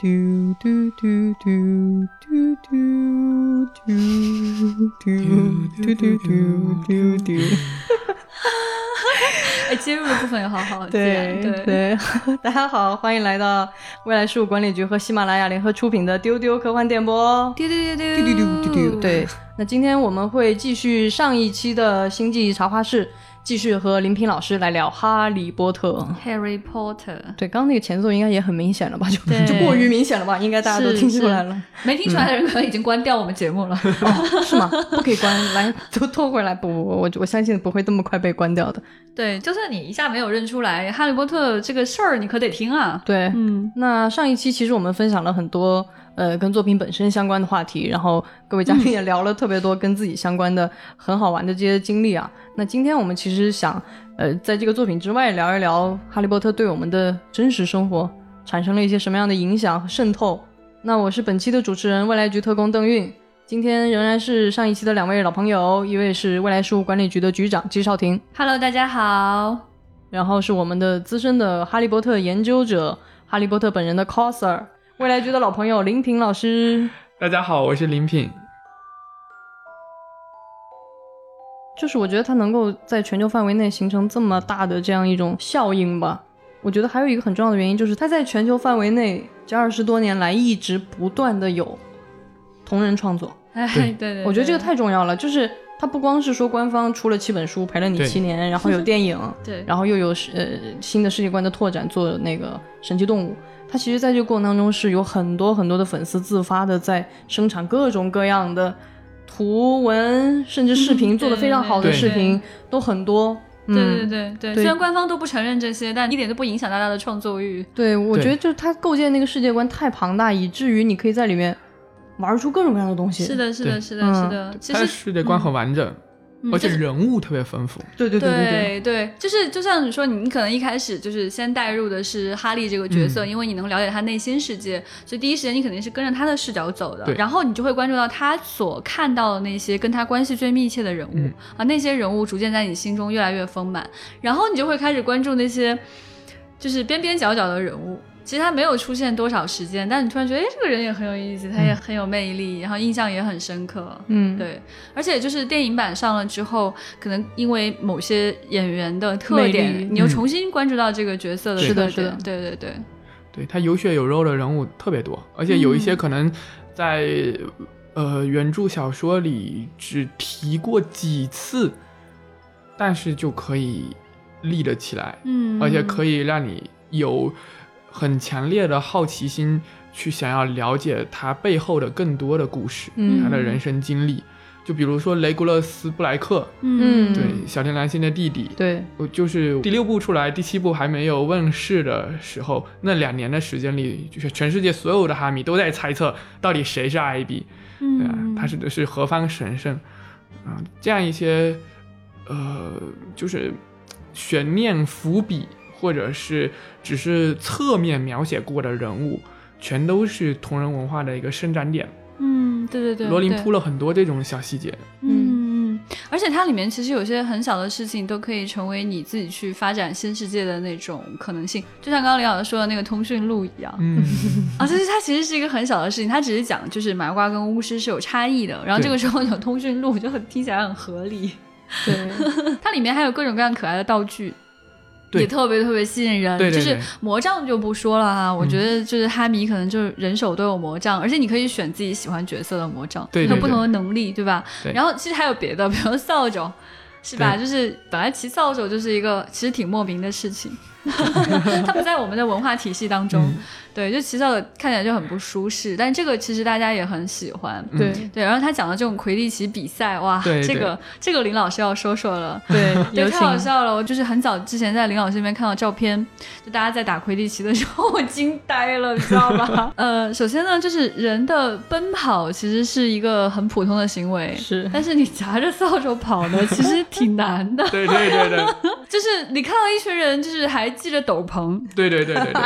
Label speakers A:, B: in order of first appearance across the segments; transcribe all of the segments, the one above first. A: 嘟嘟嘟嘟嘟嘟嘟嘟嘟嘟嘟嘟嘟。
B: 哎，接入的部分也好好，
A: 对
B: 对
A: 对， 大家好，欢迎来到未来事务管理局和喜马拉雅联合出品的《丢丢科幻电波》。
B: 丢丢丢丢
A: 丢丢丢丢丢。对，那今天我们会继续上一期的星际茶话室，继续和林平老师来聊《哈利波特》。
B: ，Harry Potter
A: 对，刚刚那个前奏应该也很明显了吧？就
B: 对
A: 就过于明显了吧？应该大家都
B: 是
A: 听出
B: 是
A: 来了，
B: 没听出来的
A: 嗯
B: 人可能已经关掉我们节 目了。
A: 是吗？不可以关，来都拖回来，不，不我我相信不会这么快被关掉的。
B: 对，就算你一下没有认出来《哈利波特》这个事儿，你可得听啊。
A: 对，
B: 嗯，
A: 那上一期其实我们分享了很多呃跟作品本身相关的话题，然后各位嘉宾也聊了特别多跟自己相关的很好玩的这些经历啊。那今天我们其实想呃在这个作品之外聊一聊《哈利波特》对我们的真实生活产生了一些什么样的影响和渗透。那我是本期的主持人未来局特工邓韵，今天仍然是上一期的两位老朋友，一位是未来事务管理局的局长季少廷，
B: Hello，大家好。
A: 然后是我们的资深的哈利波特研究者，哈利波特本人的 coser，未来局的老朋友林平老师。
C: 大家好，我是林品。
A: 就是我觉得他能够在全球范围内形成这么大的这样一种效应吧。我觉得还有一个很重要的原因就是他在全球范围内这二十多年来一直不断的有同人创作，
B: 哎，对
C: 对
B: 对，
A: 我觉得这个
B: 对
A: 太重要了。就是他不光是说官方出了七本书陪了你
C: 对
A: 七年，然后有电影，
B: 对，
A: 然后又有是呃新的世界观的拓展，做那个神奇动物。它其实在这个过程当中是有很多很多的粉丝自发的在生产各种各样的图文，甚至视频、
B: 嗯
A: 做的非常好的
C: 对
A: 视频都很多。嗯、
B: 对对对对，
A: 对
B: 虽然官方都不承认这些，但一点都不影响大家的创作欲。
A: 对我
C: 对
A: 觉得就是它构建那个世界观太庞大，以至于你可以在里面玩出各种各样的东西。
B: 是，的，是的，
C: 对
B: 是的，是
A: 嗯
B: 的。其
C: 它的
B: 实，
C: 世界观很完整，而且
B: 就是
C: 人物特别丰富。
A: 对对对
B: 对
A: 对。
B: 对，就是就像你说，你你可能一开始就是先带入的是哈利这个角色，
C: 嗯
B: 因为你能了解他内心世界，所以第一时间你肯定是跟着他的视角走的，
C: 对
B: 然后你就会关注到他所看到的那些跟他关系最密切的人物、
C: 嗯
B: 啊，那些人物逐渐在你心中越来越丰满，然后你就会开始关注那些就是边边角角的人物。其实他没有出现多少时间，但你突然觉得，哎，这个人也很有意思，他也很有魅力，然后印象也很深刻。
A: 嗯，
B: 对，而且就是电影版上了之后，可能因为某些演员的特
A: 魅力
B: 点，你又
C: 嗯
B: 重新关注到这个角色的
C: 是
B: 特点。
A: 的是的
B: 对对对，
C: 对，它有血有肉的人物特别多，而且有一
B: 嗯
C: 些可能在、呃原著小说里只提过几次，但是就可以立得起来，
B: 嗯
C: 而且可
B: 以。
C: 以让你有很强烈的好奇心去想要了解它背后的更多的故事，
A: 嗯
C: 他的人生经历。就比如说雷古勒斯布莱克，
A: 嗯
C: 对小天蓝星的弟弟，
A: 对
C: 我就是第六部出来，第七部还没有问世的时候，那两年的时间里，就是全世界所有的哈迷都在猜测到底谁是 IB，对
A: 嗯
C: 吧、
B: 嗯
C: 他是是何方神圣啊、这样一些呃，就是悬念伏笔，或者是只是侧面描写过的人物，全都是同人文化的一个生长点。
B: 嗯，对对对，
C: 罗琳
B: 对
C: 铺了很多这种小细节，
B: 嗯，嗯，而且它里面其实有些很小的事情都可以成为你自己去发展新世界的那种可能性，就像刚刚李老师说的那个通讯录一样，
C: 嗯，
B: 啊，就是它其实是一个很小的事情，它只是讲就是麻瓜跟巫师是有差异的，然后
C: 对
B: 这个时候有通讯录就很听起来很合理。
A: 对，
B: 它里面还有各种各样可爱的道具，
C: 对
B: 也特别特别吸引人。
C: 对对嗯
B: 就是
C: 对嗯
B: 魔杖就不说了啊，我觉得就是哈迷可能就是人手都有魔杖，而且你可以选自己喜欢角色的魔杖，
C: 对对
B: 有
C: 对
B: 不同的能力，对吧？
C: 对
B: 然后其实还有别的，比如扫帚。是吧？
C: 对
B: 就是本来骑扫帚就是一个其实挺莫名的事情， 它不在我们的文化体系当中。
C: 嗯
B: 对，就骑扫帚看起来就很不舒适，但这个其实大家也很喜欢。
C: 嗯
A: 对
B: 对，然后他讲的这种魁地奇比赛，哇，
C: 对
B: 这
C: 对
B: 个这个林老师要说说了。
A: 对，
B: 对，
A: 有
B: 太好
A: 请。
B: 笑了！我就是很早之前在林老师那边看到照片，就大家在打魁地奇的时候，我惊呆了，你知道吧？ 呃，首先呢，就是人的奔跑其实是一个很普通的行为，
A: 是
B: 但是你夹着扫帚跑呢，其实挺难的。
C: 对对对对
B: 就是你看到一群人，就是还系着斗篷，
C: 对对对对对。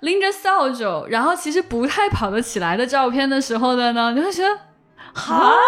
B: 拎着扫帚，然后其实不太跑得起来的照片的时候的呢，你会觉得哈，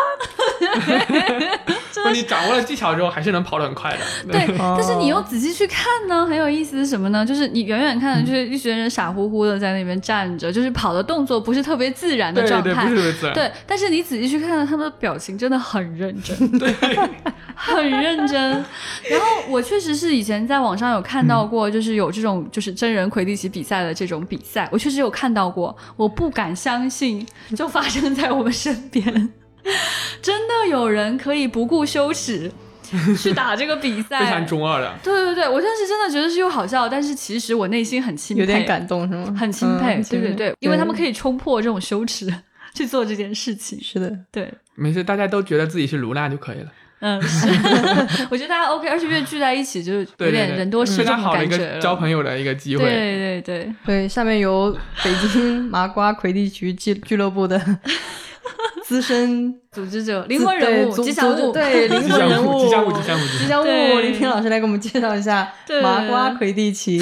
C: 那你掌握了技巧之后，还是能跑得很快的。
B: 对，
A: 哦
B: 但是你又仔细去看呢，很有意思是什么呢？就是你远远看的，就是一群人傻乎乎的在那边站着，就是跑的动作不是特别自然的
C: 对
B: 状
C: 对，不
B: 态
C: 是。特别 自然。
B: 对，但是你仔细去看，他们的表情真的很认真， 对， 很认真。然后我确实是以前在网上有看到过，就是有这种就是真人魁地奇比赛的这种比赛，我确实有看到过，我不敢相信就发生在我们身边， 真的有人可以不顾羞耻去打这个比
C: 非常
B: 赛。
C: 中二的。
B: 对对对，我当时真的觉得是又好笑，但是其实我内心很钦佩，
A: 有点感动是吗？
B: 很钦佩，
A: 嗯
B: 对对对，因为他们可
A: 以
B: 以冲破这种羞耻去做这件事情。
A: 是的，
B: 对，
C: 没事，大家都觉得自己是卢娜就可以了。
B: 嗯，是， 我觉得大家 OK，而且越聚在一起就是有
C: 对对
B: 点
C: 对，
B: 人多势
C: 非
B: 众
C: 常
B: 的
C: 好的一
B: 感觉
C: 个
B: 了
C: 交朋友的一个机会。
B: 对对对，
A: 对，下面由北京麻瓜魁地奇俱俱乐部的资深
B: 组织者、 灵魂
A: 对
B: 人物、
A: 组
B: 吉祥
A: 组
B: 物，
A: 对 灵
C: 吉
A: 魂
C: 祥
A: 人
C: 物，
A: 物
C: 吉祥物，吉祥物，吉
A: 吉
C: 祥物。
A: 祥物
B: 对
A: 林平老师来给我们介绍一下
B: 对
A: 麻瓜魁地奇。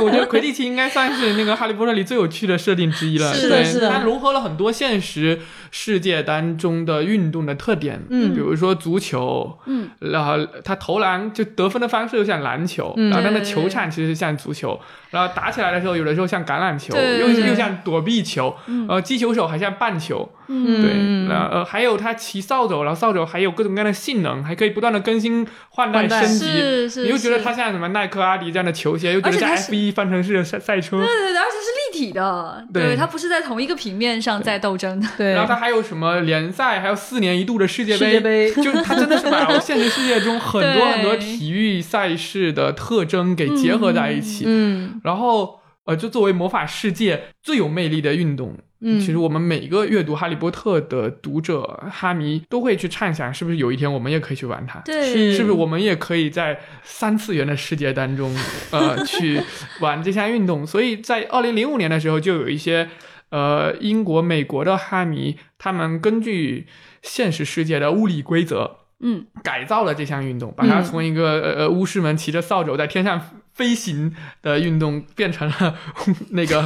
C: 我觉得魁地奇应该算是那个《哈利波特》里最有趣的设定之一了。
A: 是
C: 对
A: 的是的
C: 它融合了很多现实世界当中的运动的特点，
A: 嗯
C: 比如说足球，
B: 嗯，
C: 然后它投篮就得分的方式又像篮球，
A: 嗯
C: 然后它的
B: 对对
C: 球场其实像足球，然后打起来的时候有的时候像橄榄球，
B: 对
C: 又
B: 对
C: 又像躲避球，
B: 嗯
C: 呃，击球手还像棒球，
B: 嗯
C: 对，
A: 嗯
C: 然后呃还有它骑扫帚，然后扫帚还有各种各样的性能，还可以不断的更新换代
A: 换代
C: 升级，
B: 是
C: 嗯
B: 是，
C: 你又觉得
B: 是
C: 它像什么耐克、阿迪这样的球鞋，又觉
B: 而
C: 得
B: 且
C: 像
B: 它是
C: F 1方程式的赛赛车，
B: 对对对，而且是立体的，
C: 对
B: 对，它不是在同一个平面上在斗争的，
A: 对
C: 然，后它还有什么联赛，还有四年一度的世界
A: 世界
C: 杯。
A: 杯
C: 就它真的是把现实世界中很多
B: 对
C: 很多体育赛事的特征给结合在一起，
A: 嗯
C: 然后呃，就作为魔法世界最有魅力的运动，
A: 嗯，
C: 其实我们每个阅读《哈利波特》的读者、哈迷都会去畅想，是不是有一天我们也可以去玩它？
B: 对，
C: 是不是我们也可以在三次元的世界当中，呃，去玩这项运动？所以在二零零五年的时候，就有一些呃英国、美国的哈迷，他们根据现实世界的物理规则
B: 嗯，
C: 改造了这项运动，把它
A: 嗯
C: 从一个呃呃巫师们骑着扫帚在天上。飞行的运动变成了 那个，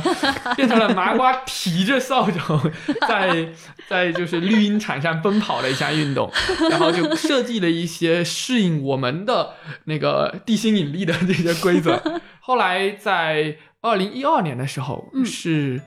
C: 变成了麻瓜提着扫帚在在就是绿茵场上奔跑的一项运动。然后就设计了一些适应我们的那个地心引力的这些规则。后来在二零一二年的时候，
B: 嗯
C: 是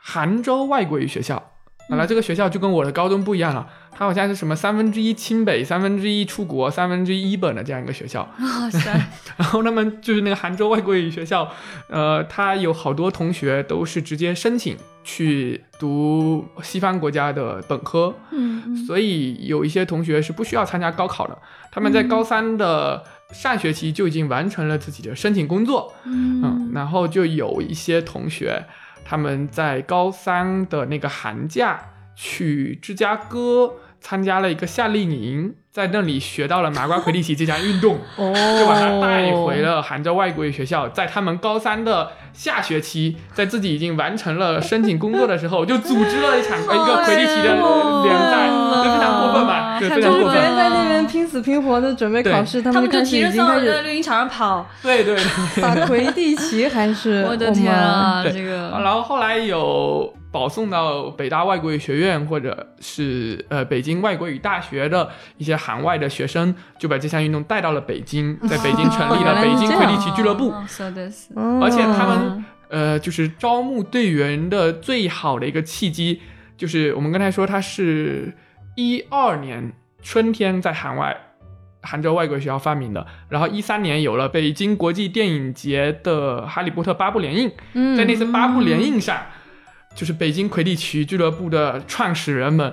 C: 杭州外国语学校。本来这个学校就跟我的高中不一样了，它好像是什么三分之一清北、三分之一出国、三分之一一本的这样一个学校。
B: 哇塞，
C: 然后他们就是那个杭州外国语学校，呃，他有好多同学都是直接申请去读西方国家的本科，
B: 嗯嗯
C: 所以有一些同学是不需要参加高考的，他们在高三的上学期就已经完成了自己的申请工作，嗯，
B: 嗯，
C: 然后就有一些同学他们在高三的那个寒假去芝加哥参加了一个夏令营，在那里学到了麻瓜魁地奇这项运动。
A: 哦，
C: 就把他带回了杭州外国语学校，在他们高三的下学期，在自己已经完成了申请工作的时候，就组织了一场一个魁地奇的联赛，
B: 哦
C: 就非常过分吧？对，
B: 太
C: 非常
A: 就是
C: 过
A: 别
C: 分。
A: 人在那边拼死拼活的准备
C: 对
A: 考试，他
B: 他
A: 们
B: 们就
A: 开始
B: 提着
A: 已经
B: 扫
A: 开
B: 帚在
A: 始
B: 绿茵场上跑，
C: 对对对。
A: 打魁地奇，还是
B: 我的天！啊，
C: 对
B: 这个
C: 然后后来有保送到北大外国语学院或者是呃北京外国语大学的一些海外的学生，就把这项运动带到了北京，在北京成立
A: 哦原
C: 了
A: 来是
C: 北京
A: 这
C: 魁
A: 样
C: 地奇俱乐部。
B: 哦，so this，
A: 我们
C: 而且他们
B: 嗯
C: 呃，就是招募队员的最好的一个契机，就是我们刚才说他是一二年春天在海外杭州外国语学校发明的，然后一三年有了北京国际电影节的《哈利波特》八部联映，
A: 嗯
C: 在那次八部联
B: 嗯
C: 映上，就是北京魁地奇俱乐部的创始人们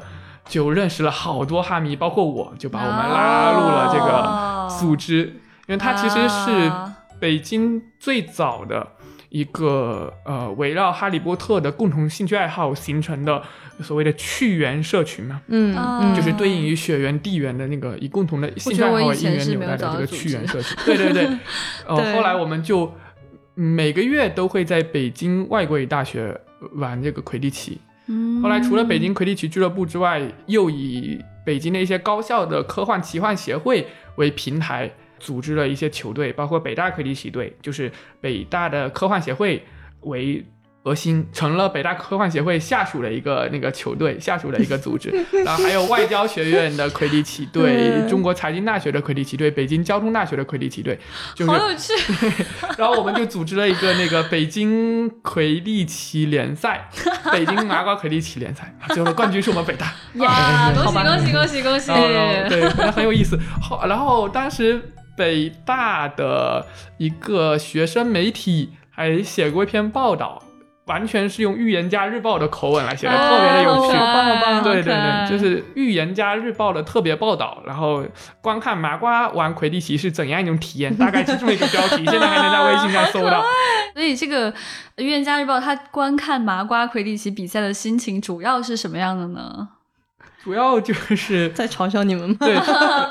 C: 就认识了好多哈迷，包括我，就把我们拉入了这
B: 哦
C: 个组织，因为它其实是
B: 啊
C: 北京最早的一个呃围绕哈利波特的共同兴趣爱好形成的所谓的趣园社群嘛。
A: 嗯
B: 啊
A: 嗯，
C: 就是对应于血缘、地缘的那个以共同的兴趣
B: 觉得
C: 爱
B: 我
C: 好为
B: 以
C: 因
B: 前
C: 缘
B: 是
C: 纽
B: 没有
C: 带的
B: 找
C: 这
B: 到
C: 个
B: 组
C: 趣缘
B: 织
C: 社群。对对对，哦，
B: 对
C: 后来我们就每个月都会在北京外国语大学玩这个魁地奇。后来
B: 嗯
C: 除了北京魁地奇俱乐部之外，又以北京的一些高校的科幻奇幻协会为平台，组织了一些球队，包括北大魁地奇队，就是北大的科幻协会为核心成了北大科幻协会下属的一个那个球队，下属的一个组 织，然后还有外交学院的魁地奇队、
A: 嗯
C: 中国财经大学的魁地奇队、北京交通大学的魁地奇队，就是
B: 好有 趣，
C: 然后我们就组织了一个那个北京魁地奇联 赛，北京麻瓜魁地奇联赛，最后的冠军是我们北大。啊哎
B: 哇！恭
A: 好
B: 喜
A: 吧
B: 恭喜恭喜恭喜！
C: 然后对，反正很有意思。后然后当时北大的一个学生媒体还写过一篇报道，完全是用《预言家日报》的口吻来写的，
B: 哎
C: 特别的有趣。
B: 好可爱好可爱
C: 对对对，就是《预言家日报》的特别报道，然后观看麻瓜玩魁地奇是怎样一种体验，大概是这么一个标 题，现在还能在微信上搜到。
B: 所以这个《预言家日报》，他观看麻瓜魁地奇比赛的心情主要是什么样的呢？
C: 主要就是
A: 在嘲笑你们吗？
C: 对，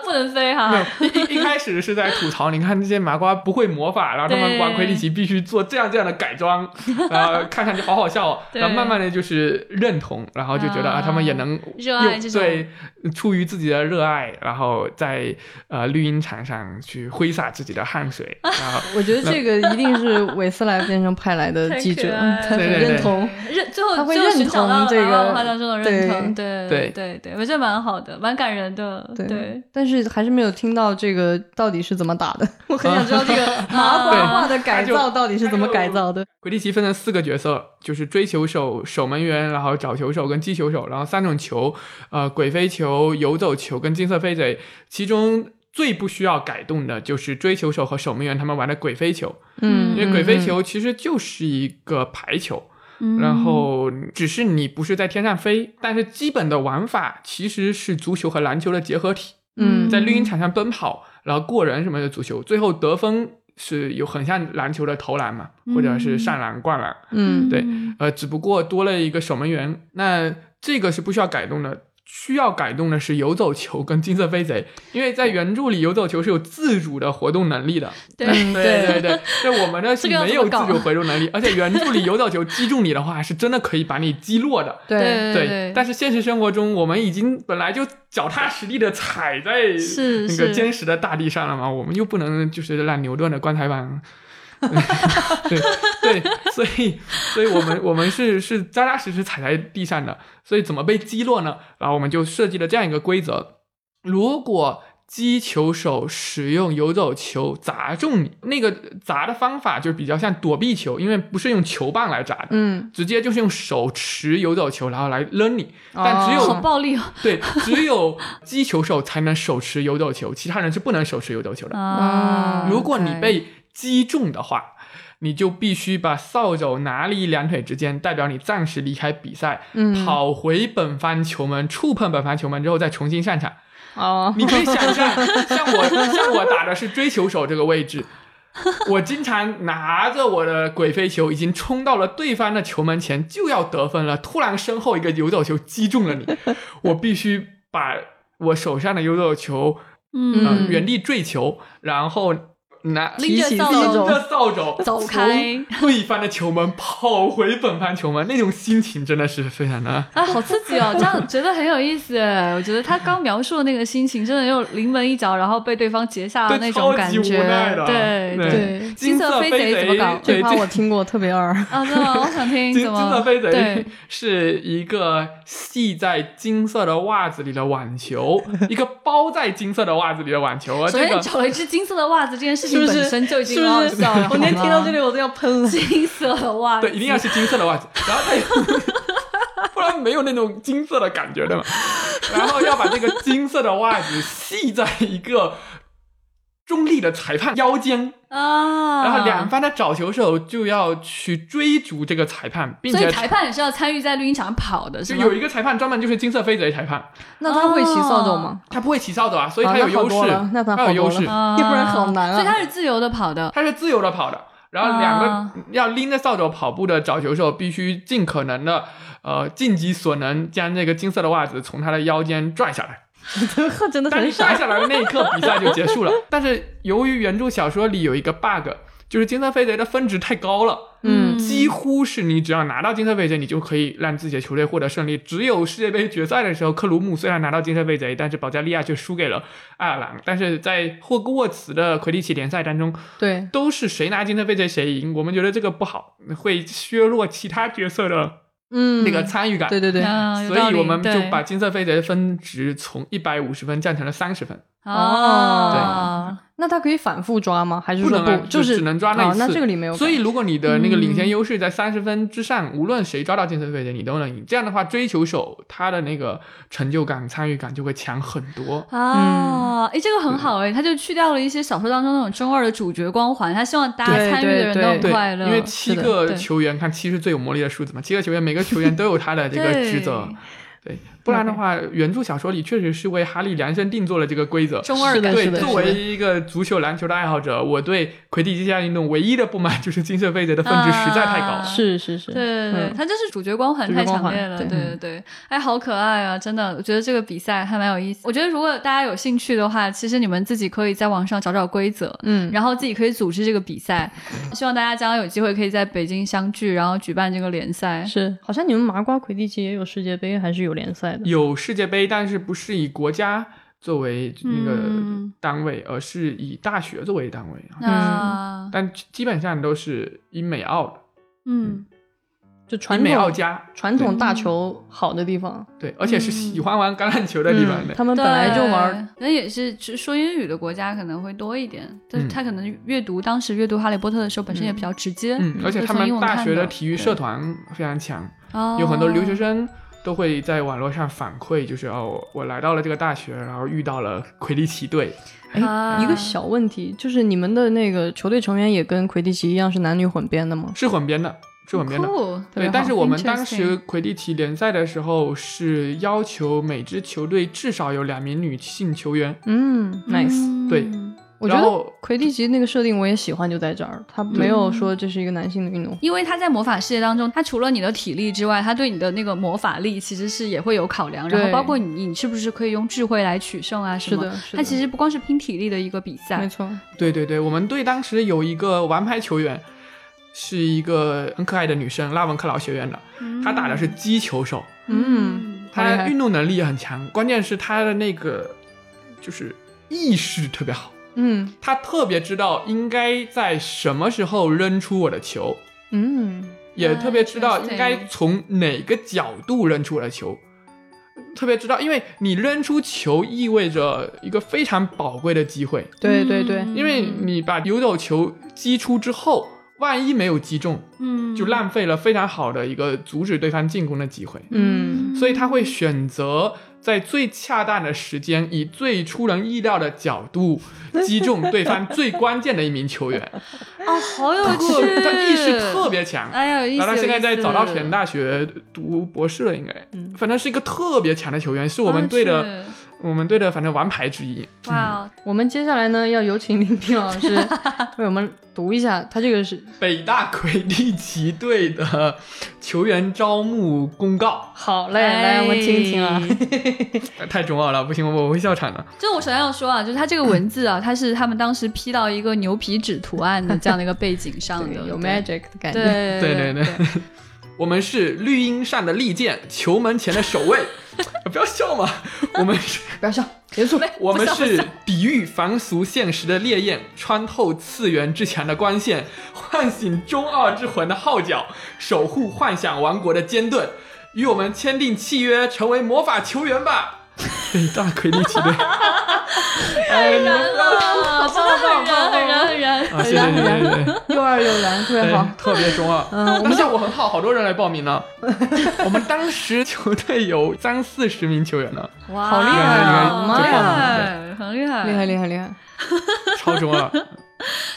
B: 不能飞哈
C: 没，有一一开始是在吐槽，你看这些麻瓜不会魔法，然后他们玩
B: 对
C: 魁地奇必须做这样这样的改装，然后看上去好好 笑、哦，
B: 对
C: 然后慢慢的就是认同，然后就觉得
B: 啊
C: 啊，他们也能
B: 热爱
C: 用
B: 这种
C: 对，出于自己的热爱，然后在呃绿茵场上去挥洒自己的汗水，然后
A: 我觉得这个一定是韦斯莱变成派来的 记者，
B: 太可爱了
A: 他很认同。
B: 认最后
A: 他会
B: 最后
A: 认
B: 寻找
A: 同
B: 到了
A: 这
B: 然后
A: 个
B: 画当中的认
A: 对
B: 同，对
C: 对
B: 对对，我觉得蛮好的，蛮感人的，
A: 对
B: 对。
A: 但是还是没有听到这个到底是怎么打 的。 我很想知道这个 麻
B: 对
A: 花画的改
C: 他
A: 造
C: 就
A: 到底是怎么改造的。
C: 魁地奇分成四个角色，就是追球手、守门员，然后找球手跟击球手，然后三种球，呃，鬼飞球、游走球跟金色飞贼。其中最不需要改动的就是追球手和守门员他们玩的鬼飞球，
A: 嗯，嗯
C: 因为鬼飞球其实就是一个排球，
B: 嗯
C: 然后只是你不是在天上飞，但是基本的玩法其实是足球和篮球的结合体。
A: 嗯
C: 在绿茵场上奔跑，然后过人什么的足球，最后得分是有很像篮球的投篮嘛，或者是上篮、灌篮，
A: 嗯
C: 对呃，只不过多了一个守门员。那这个是不需要改动的，需要改动的是游走球跟金色飞贼，因为在原著里游走球是有自主的活动能力的。
B: 嗯对
C: 对对
A: 对
C: 对，对我们的是
B: 这个要
C: 没
B: 怎么
C: 有自
B: 搞
C: 主活动能力，而且原著里游走球击中你的话，是真的可以把你击落的。
A: 对，
B: 对对，
C: 但是现实生活中，我们已经本来就脚踏实地的踩在
B: 是
C: 那个
B: 是
C: 坚实的大地上了嘛，我们又不能就是让牛顿的棺材板。 对对，所以所以我们我们是是扎扎实实踩在地上的，所以怎么被击落呢？然后我们就设计了这样一个规则：如果击球手使用游走球砸中你，那个砸的方法就比较像躲避球，因为不是用球棒来砸的，
A: 嗯，
C: 直接就是用手持游走球，然后来扔你。但
A: 哦
C: 只有、
B: 好暴力哦
C: 对，只有击球手才能手持游走球，其他人是不能手持游走球的。
B: 啊！
C: 如果你
B: OK
C: 被击中的话，你就必须把扫帚拿离两腿之间，代表你暂时离开比赛，
A: 嗯
C: 跑回本方球门，触碰本方球门之后再重新上场。
A: 哦，
C: 你可以想象，像我像我打的是追球手这个位置，我经常拿着我的鬼飞球已经冲到了对方的球门前，就要得分了，突然身后一个游走球击中 了你，我必须把我手上的游走球呃
B: 嗯，
C: 原地坠球，然后拿
B: 拎着
A: 提起
B: 扫
A: 自己
B: 帚
A: 走
C: 着扫帚
B: 走开
C: 从对方的球门跑回本方球门，那种心情真的是非常的。
B: 啊，好刺激哦！这样觉得很有意思哎。我觉得他刚描述的那个心情，真的有临门一脚，然后被对方截下的
C: 对
B: 那种感
C: 超级
B: 觉
C: 无奈的。，啊
B: 对
A: 对
B: 金色飞贼怎么搞
C: 对
A: 这趴我听过，特 别二。
B: 啊，真的吗，我想听
C: 金
B: 怎
C: 金
B: 么
C: 色飞贼
B: 对
C: 是一个系在金色的袜子里的网 球，一个包在金色的袜子里的网球，而
B: 首
C: 这
B: 先
C: 个
B: 你找了一只金色的袜子，这件事
A: 是
B: 情
A: 不是
B: 本身就已
A: 是
B: 经很好
A: 不是
B: 笑了。？
A: 我连
B: 好
A: 听
B: 吗
A: 到这里我都要喷 了。
B: 金色的袜子，
C: 对，一定要是金色的 袜子，然后它有， 不然没有那种金色的感觉的嘛。然后要把这个金色的袜子系在一个中立的裁判腰间，
B: 啊。
C: 然后两方的找球手就要去追逐这个裁判，并
B: 所以
C: 且
B: 裁判也是要参与在绿茵场跑的，是
C: 就
B: 吗？
C: 有一个裁判专门就是金色飞贼裁判。
A: 那他会骑扫帚吗？
C: 他不会起扫帚啊，所以
A: 啊
C: 他
A: 那
C: 有
A: 好
C: 优势
A: 多了，
B: 哦
A: 那他
C: 他有
A: 好
C: 优
A: 多
C: 势，
A: 了
B: 啊
A: 要不然好难啊
B: 所以他是自由的跑的，
C: 他是自由的跑的。然后两
B: 啊
C: 个要拎着扫帚跑步的找球手，必须尽可能的，呃，尽己所能将那个金色的袜子从他的腰间拽下来。
A: 真的
C: 啊当你
A: 很
C: 拽
A: 傻。
C: 下来的那一刻，比赛就结束了。但是由于原著小说里有一个 bug，就是金色飞贼的分值太高了。
A: 嗯
C: 几乎是你只要拿到金色飞贼，你就可以让自己的球队获得胜利。只有世界杯决赛的时候，克鲁姆虽然拿到金色飞贼，但是保加利亚却输给了爱尔兰。但是在霍格沃茨的魁地奇联赛当中，
A: 对，
C: 都是谁拿金色飞贼谁赢。我们觉得这个不好，会削弱其他角色的
A: 嗯，
C: 那个参与感。
A: 对对对，
B: 嗯，有
C: 所
B: 道
C: 以
B: 理
C: 我们就
B: 对
C: 把金色飞贼的分值从一百五十分降成了三十分，
B: 哦，
A: 那他可以反复抓吗？还是说
C: 能啊，
A: 就是
C: 只能抓那
A: 哦
C: 一次。
A: 那这个里没有改，
C: 所以，如果你的那个领先
B: 嗯
C: 优势在三十分之上，无论谁抓到进球飞点，你都能赢。这样的话，追求手他的那个成就感、参与感就会强很多。
A: 嗯
B: 啊，哎，这个很好哎，他就去掉了一些小说当中那种中二的主角光环，他希望大家
A: 对
B: 参与的
A: 对
B: 人都很
A: 对
B: 快乐，
C: 因为七个
B: 对
C: 球员，看七是最有魔力的数字嘛，七个球员每个球员都有他的这个
B: 对
C: 职责。对，不然的话，原著小说里确实是为哈利量身定做了这个规则。
B: 中二
A: 是的
B: 感
C: 对
A: 是，的
C: 作为一个足球、篮球的爱好者，我对魁地奇项运动唯一的不满就是金色飞贼的分值实在太高。
B: 啊
A: 是是是，
B: 对对对，
A: 嗯
B: 他就是主角光环
A: 主角
B: 太强
A: 光环
B: 烈了，对
A: 对
B: 对对，哎，好可爱啊！真的，我觉得这个比赛还蛮有意思。我觉得如果大家有兴趣的话，其实你们自己可以在网上找找规则，
A: 嗯，
B: 然后自己可以组织这个比赛。希望大家将来有机会可以在北京相聚，然后举办这个联赛。
A: 是，好像你们麻瓜魁地奇也有世界杯，还是有联赛的？
C: 有世界杯，但是不是以国家作为那个
B: 嗯
C: 单位，而是以大学作为单位。
A: 嗯
C: 啊。
B: 那
C: 但基本上都是以美澳的，
B: 嗯，
A: 就
C: 以
A: 传
C: 美澳
A: 统
C: 加，
A: 传统大
B: 嗯
A: 球好的地方，
C: 对，而且是喜欢玩橄榄球的地方
A: 嗯
C: 的。
A: 他们本来就玩，
B: 对，那也是只说英语的国家可能会多一点，但
C: 嗯
B: 是他可能阅读当时阅读《哈利波特》的时候，本身也比较直接，
C: 嗯，而且
B: 就
C: 他
B: 从英
C: 们
B: 文
C: 大
B: 看
C: 学
B: 的
C: 的体育社团非常强，
B: 哦
C: 有很多留学生都会在网络上反馈，就是哦，我我来到了这个大学，然后遇到了魁地奇队，
B: 啊
A: 哎，一个小问题，就是你们的那个球队成员也跟魁地奇一样是男女混编的吗？
C: 是混编的，是混编的。
B: 酷
A: 特别
C: 对，
A: 好
C: 但是我们当
B: Interesting
C: 时魁地奇联赛的时候是要求每支球队至少有两名女性球员，
A: 嗯，nice，
B: 嗯
C: 对
A: 我觉
C: 然
A: 得
C: 后
A: 魁地奇那个设定我也喜欢，就在这儿，他没有说这是一个男性的运动。
B: 因为他在魔法世界当中，他除了你的体力之外，他对你的那个魔法力其实是也会有考量，然后
A: 对
B: 包括你你是不是可以用智慧来取胜啊什
A: 是
B: 么。
A: 的，是
B: 它
A: 的，
B: 其实不光是拼体力的一个比赛
A: 没，错，
C: 对对对，我们队当时有一个王牌球员，是一个很可爱的女生，拉文克劳学院的，她打的是击球手，
A: 嗯，好厉
C: 她
A: 害
C: 运动能力也很强，关键是她的那个就是意识特别好，
A: 嗯
C: 她特别知道应该在什么时候扔出我的球，
A: 嗯，
C: 也
B: 啊
C: 特别知道
B: interesting
C: 应该从哪个角度扔出我的球。特别知道，因为你扔出球意味着一个非常宝贵的机会，
A: 对对对，
B: 嗯
C: 因为你把游走球击出之后，万一没有击中，
B: 嗯
C: 就浪费了非常好的一个阻止对方进攻的机会。
A: 嗯，
C: 所以他会选择在最恰当的时间，以最出人意料的角 度击中对方最关键的一名球员。
B: 哦，好有
C: 他特
B: 趣，
C: 他意识特别强。
B: 哎呀，有意思。
C: 然后他现在在早稻田
B: 的，
C: 大学读博士了，应该
A: 嗯，
C: 反正是一个特别强的球员，是我们队的我们队的反正王牌之一。
B: 是，啊哇，哦
A: 我们接下来呢，要有请林平老 师为我们读一下，他这个是
C: 北大魁地奇队的球员招募公告，
A: 好嘞，
B: 哎
A: 来我们听一听 啊。
C: 呃太中二了，不行，我我会笑场的。
B: 就我首先要说啊，就是它这个文字啊，它是他们当时 P 到一个牛皮纸图案的这样的一个背景上的，
A: 对有
B: 对
A: magic 的感觉，
B: 对
C: 对
B: 对
C: 对对， 我们是绿茵上的利剑，球门前的 守卫。不要笑嘛，我们是
A: 不要笑，结束。
C: 我们
B: 不笑
C: 是抵御凡俗现实的烈焰，穿透次元之墙的光线，唤醒中二之魂的号角，守护幻想王国的尖盾。与我们签订契约，成为魔法球员 吧！北大魁地奇队。哎
B: 太燃了，真的很燃，很燃，很燃。
C: 啊，谢谢谢谢谢谢，
A: 又二又燃，特别
C: 对
A: 好。，
C: 哎特别中二。
A: 嗯我
C: 但效果很好，好多人来报名 呢。我们当时球队有三四十名球员呢，
B: 哇，
A: 好厉害啊
B: 厉
C: 妈
B: 害，很厉害，
A: 厉害厉害厉害！
C: 超中 二。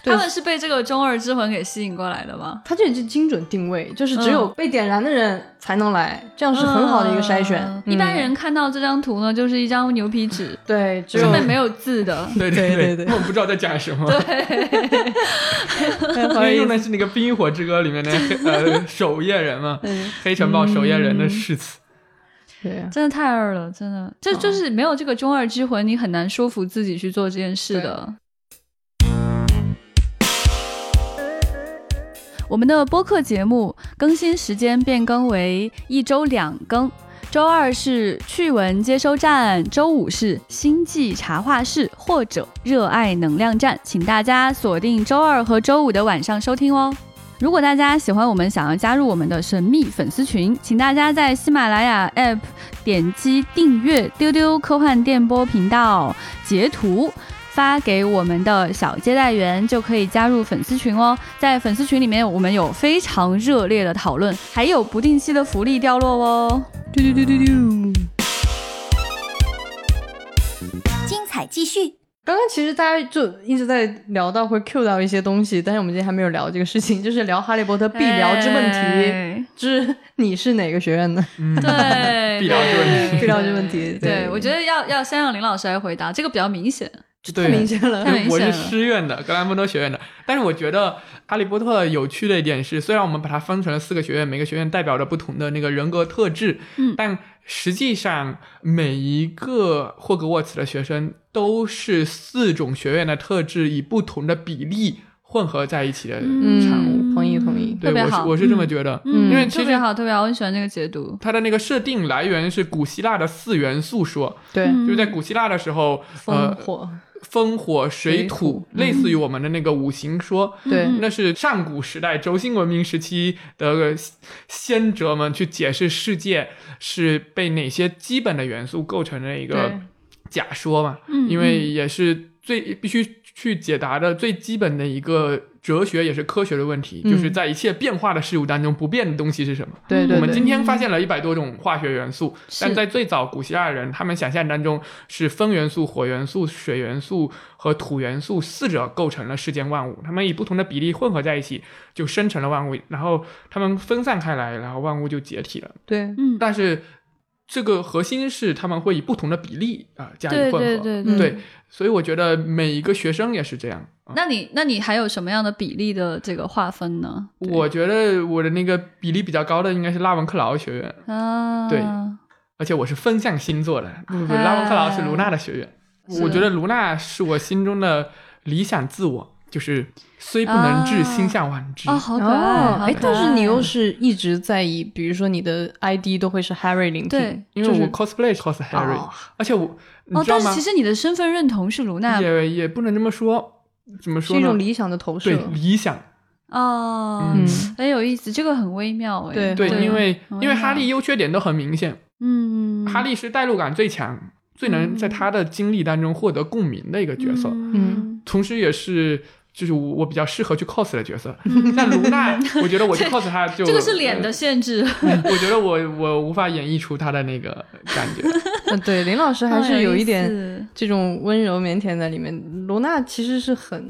B: 他们是被这个中二之魂给吸引过来的吗？
A: 他这也是精准定位，就是只
B: 嗯
A: 有被点燃的人才能来，这样是很好的一个筛选。
B: 嗯
A: 嗯
B: 一般人看到这张图呢，就是一张牛皮纸，
A: 对，只有
B: 上面没有字的。
C: 对
A: 对
C: 对
A: 对对
C: 我不知道在讲什 么。因
A: 哎不好
C: 为
A: 意
C: 用
A: 思
C: 的是那个《冰与火之歌》里面的黑呃守夜人嘛，
A: 嗯
C: 黑城堡守夜人的誓词。
A: 对呀，
B: 真的太二了，真的，这就是没有这个中二之魂，你很难说服自己去做这件事的。我们的播客节目更新时间变更为一周两更，周二是趣闻接收站，周五是星际茶话室或者热爱能量站，请大家锁定周二和周五的晚上收听哦。如果大家喜欢我们，想要加入我们的神秘粉丝群，请大家在喜马拉雅 App 点击订阅“丢丢科幻电波”频道，截图发给我们的小接待员，就可以加入粉丝群哦。在粉丝群里面，我们有非常热烈的讨论，还有不定期的福利掉落哦。
A: 嘟嘟嘟嘟嘟。
D: 精彩继续。
A: 刚刚其实大家就一直在聊到会 cue 到一些东西，但是我们今天还没有聊这个事情，就是聊《哈利波特》必聊之问题，
B: 哎
A: 之你是哪个学院的？
C: 嗯，
B: 对，
C: 必聊之问
A: 题必聊之问题
B: 对，
A: 对
B: 我觉得要要先让林老师来回答，这个比较明显。
A: 太明 显了
B: 太，明
C: 我
B: 显
C: 是
B: 了
C: 师院的，格兰芬多学院的。但是我觉得《哈利波特》有趣的一点是，虽然我们把它分成了四个学院，每个学院代表着不同的那个人格特质，
B: 嗯
C: 但实际上每一个霍格沃茨的学生都是四种学院的特质以不同的比例混合在一起的。
A: 产物同意同意
C: 对，
B: 嗯特别
C: 我是
B: 好，
C: 我是这么
B: 得。
C: 觉得。
B: 嗯，
C: 因为其
B: 特别
C: 实
B: 好，特别好，我很喜欢这个解读。
C: 它的那个设定来源是古希腊的四元素说，
A: 对，
B: 嗯
C: 就是在古希腊的时候，
A: 烽
C: 呃，
A: 火，
C: 风火水
A: 水
C: 土
A: 土，
C: 类似于我们的那个五行说，
A: 对
B: 嗯
C: 那是上古时代轴心文明时期的先哲们去解释世界是被哪些基本的元素构成的一个
A: 对
C: 假说嘛，
B: 嗯
C: 因为也是最必须去解答的最基本的一个哲学也是科学的问题，
A: 嗯
C: 就是在一切变化的事物当中，不变的东西是什么？
A: 对
C: 我
A: 对
C: 们今
A: 对，
C: 天发现了一百多种化学元素，
B: 是
C: 但在最早古希腊人他们想象当中是风元素、火元素、水元素和土元素四者构成了世间万物，他们以不同的比例混合在一起，就生成了万物，然后他们分散开来，然后万物就解体了。
A: 对
B: 嗯，
C: 但是这个核心是他们会以不同的比例啊、加以混
B: 对
C: 合，
B: 对嗯对
A: 对
C: 对所以我觉得每一个学生也是这样。啊
B: 那你那你还有什么样的比例的这个划分呢？
C: 我觉得我的那个比例比较高的应该是拉文克劳学院，
B: 啊，
C: 对而且我是风象星座的，不不不，
B: 哎
C: 拉文克劳是卢娜的学员。
B: 是
C: 我觉得卢娜是我心中的理想自我，就是虽不能至，
B: 啊
C: 心向往之。
B: 哦，好可爱，
A: 哦，
B: 好
A: 哎，
B: 可
A: 但是你
B: 爱
A: 又是一直在以，比如说你的 ID 都会是 Harry 零
B: 对
A: 听，
C: 因为
A: 就是
C: 我 cosplay cos Harry，、
A: 哦
C: 而且我你
B: 哦，
C: 知道
B: 但是
C: 吗
B: 其？实你的身份认同是卢娜
C: 也也不能这么说，怎么
A: 是
C: 说
A: 一
C: 呢？
A: 种理想的投射
C: 对，理想，
B: 哦，
A: 嗯，
B: 很有意思，这个很微妙哎，
A: 对
C: 对，因为
B: 很
C: 因为
B: 微
C: 哈
B: 妙
C: 利优缺点都很明显，
B: 嗯，
C: 哈利是代入感最强，最能在他的经历当中获得共鸣的一个角色，
B: 嗯，
C: 同时也是就是我我比较适合去 cos 的角色。但卢娜，我觉得我去 cos 她就
B: 这个是脸的限制，
C: 呃我觉得我我无法演绎出她的那个感觉。
A: 嗯，对，林老 师还
B: 好
A: 是有
B: 意
A: 一点
B: 思
A: 这种温柔腼腆在里面。罗娜其实是很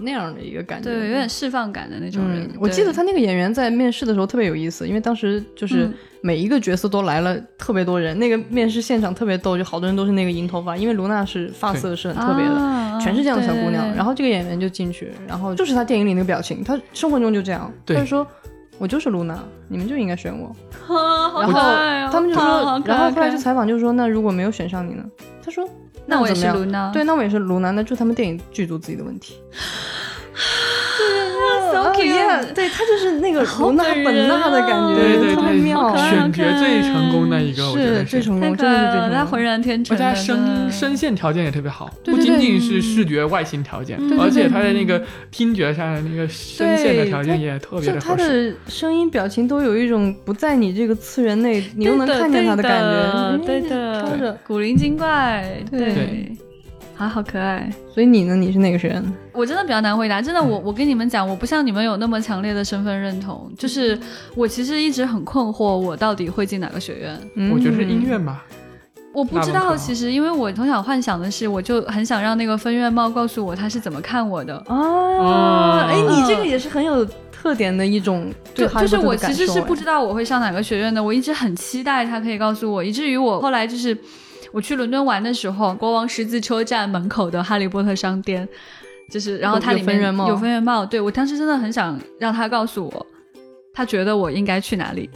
A: 那样的一个感觉，
B: 对，有点释放感的那种人
A: 嗯。，我记得
B: 对
A: 他那个演员在面试的时候特别有意思，因为当时就是
B: 嗯
A: 每一个角色都来了特别多人，那个面试现场特别逗，就好多人都是那个银头发，因为卢娜是发色是很特别的，
B: 啊
A: 全是这样的小姑
B: 对
A: 娘。
B: 对对
A: 然后这个演员就进去，然后就是她电影里那个表情，她生活中就这样，她
C: 对
A: 就说。我就是卢娜，你们就应该选我。
B: 啊，好
A: 然后
B: 可爱哦！
A: 他们就
B: 啊好
A: 说，
B: 可爱
A: 然后后来
B: 可
A: 就
B: 爱
A: 采访就说，那如果没有选上你呢？她说，
B: 那我也
A: 怎么
B: 是
A: 样
B: 卢娜，
A: 对，那我也是卢娜，那就是他们电影剧组自己的问 题。
B: ，so
A: 哦
B: cute，
A: yeah，对他就是那个
B: 好
A: 卢娜
B: 本
A: 本
B: 人
A: 娜的感啊
B: 哦
A: 觉，
C: 对对
A: 特别
C: 对，
A: 妙，
C: 选角最成功的一个，我觉
A: 是
C: 得
A: 最成
B: 啊太
A: 功，
B: 可
A: 真的
B: 爱
A: 是最
B: 了，
A: 成
B: 他
A: 功。
B: 浑然天
C: 而
B: 成
C: 且
B: 的，
C: 他声
B: 嗯
C: 声线条件也特别好，
A: 对
C: 不
A: 对
C: 仅
A: 对
C: 仅是视觉外形条件，
B: 嗯
C: 而且他的那个听觉上的那个声线的条件也特别
A: 就
C: 的
A: 他
C: 合适。
A: 的声音、表情都有一种不在你这个次元内，你又能看见他
B: 的
A: 感觉，
B: 对
A: 嗯
B: 的，
A: 飘
B: 对的
A: 着。
B: 古灵精怪，
A: 对
B: 对，啊，好可爱。
A: 所以你呢？你是哪个学院？
B: 我真的比较难回答，真的，我我跟你们讲，我不像你们有那么强烈的身份认同，就是我其实一直很困惑，我到底会进哪个学院。
A: 嗯
C: 我觉得是音乐吧，
B: 我不知
C: 那门
B: 道，
C: 口
B: 其实因为我从小幻想的是，我就很想让那个分院帽告诉我他是怎么看我的。
A: 啊，嗯哎，
B: 嗯
A: 你这个也是很有特点的一种对
B: 就
A: 哈
B: 就
A: 利
B: 是
A: 波特
B: 我
A: 的感
B: 其实
A: 受。
B: 是
A: 哎
B: 不知道我会上哪个学院的，我一直很期待他可以告诉我，以至于我后来就是我去伦敦玩的时候，国王十字车站门口的哈利波特商店，就是然后
A: 有
B: 它里
A: 有分
B: 面
A: 院帽
B: 有分院帽，对我当时真的很想让他告诉我，他觉得我应该去哪里。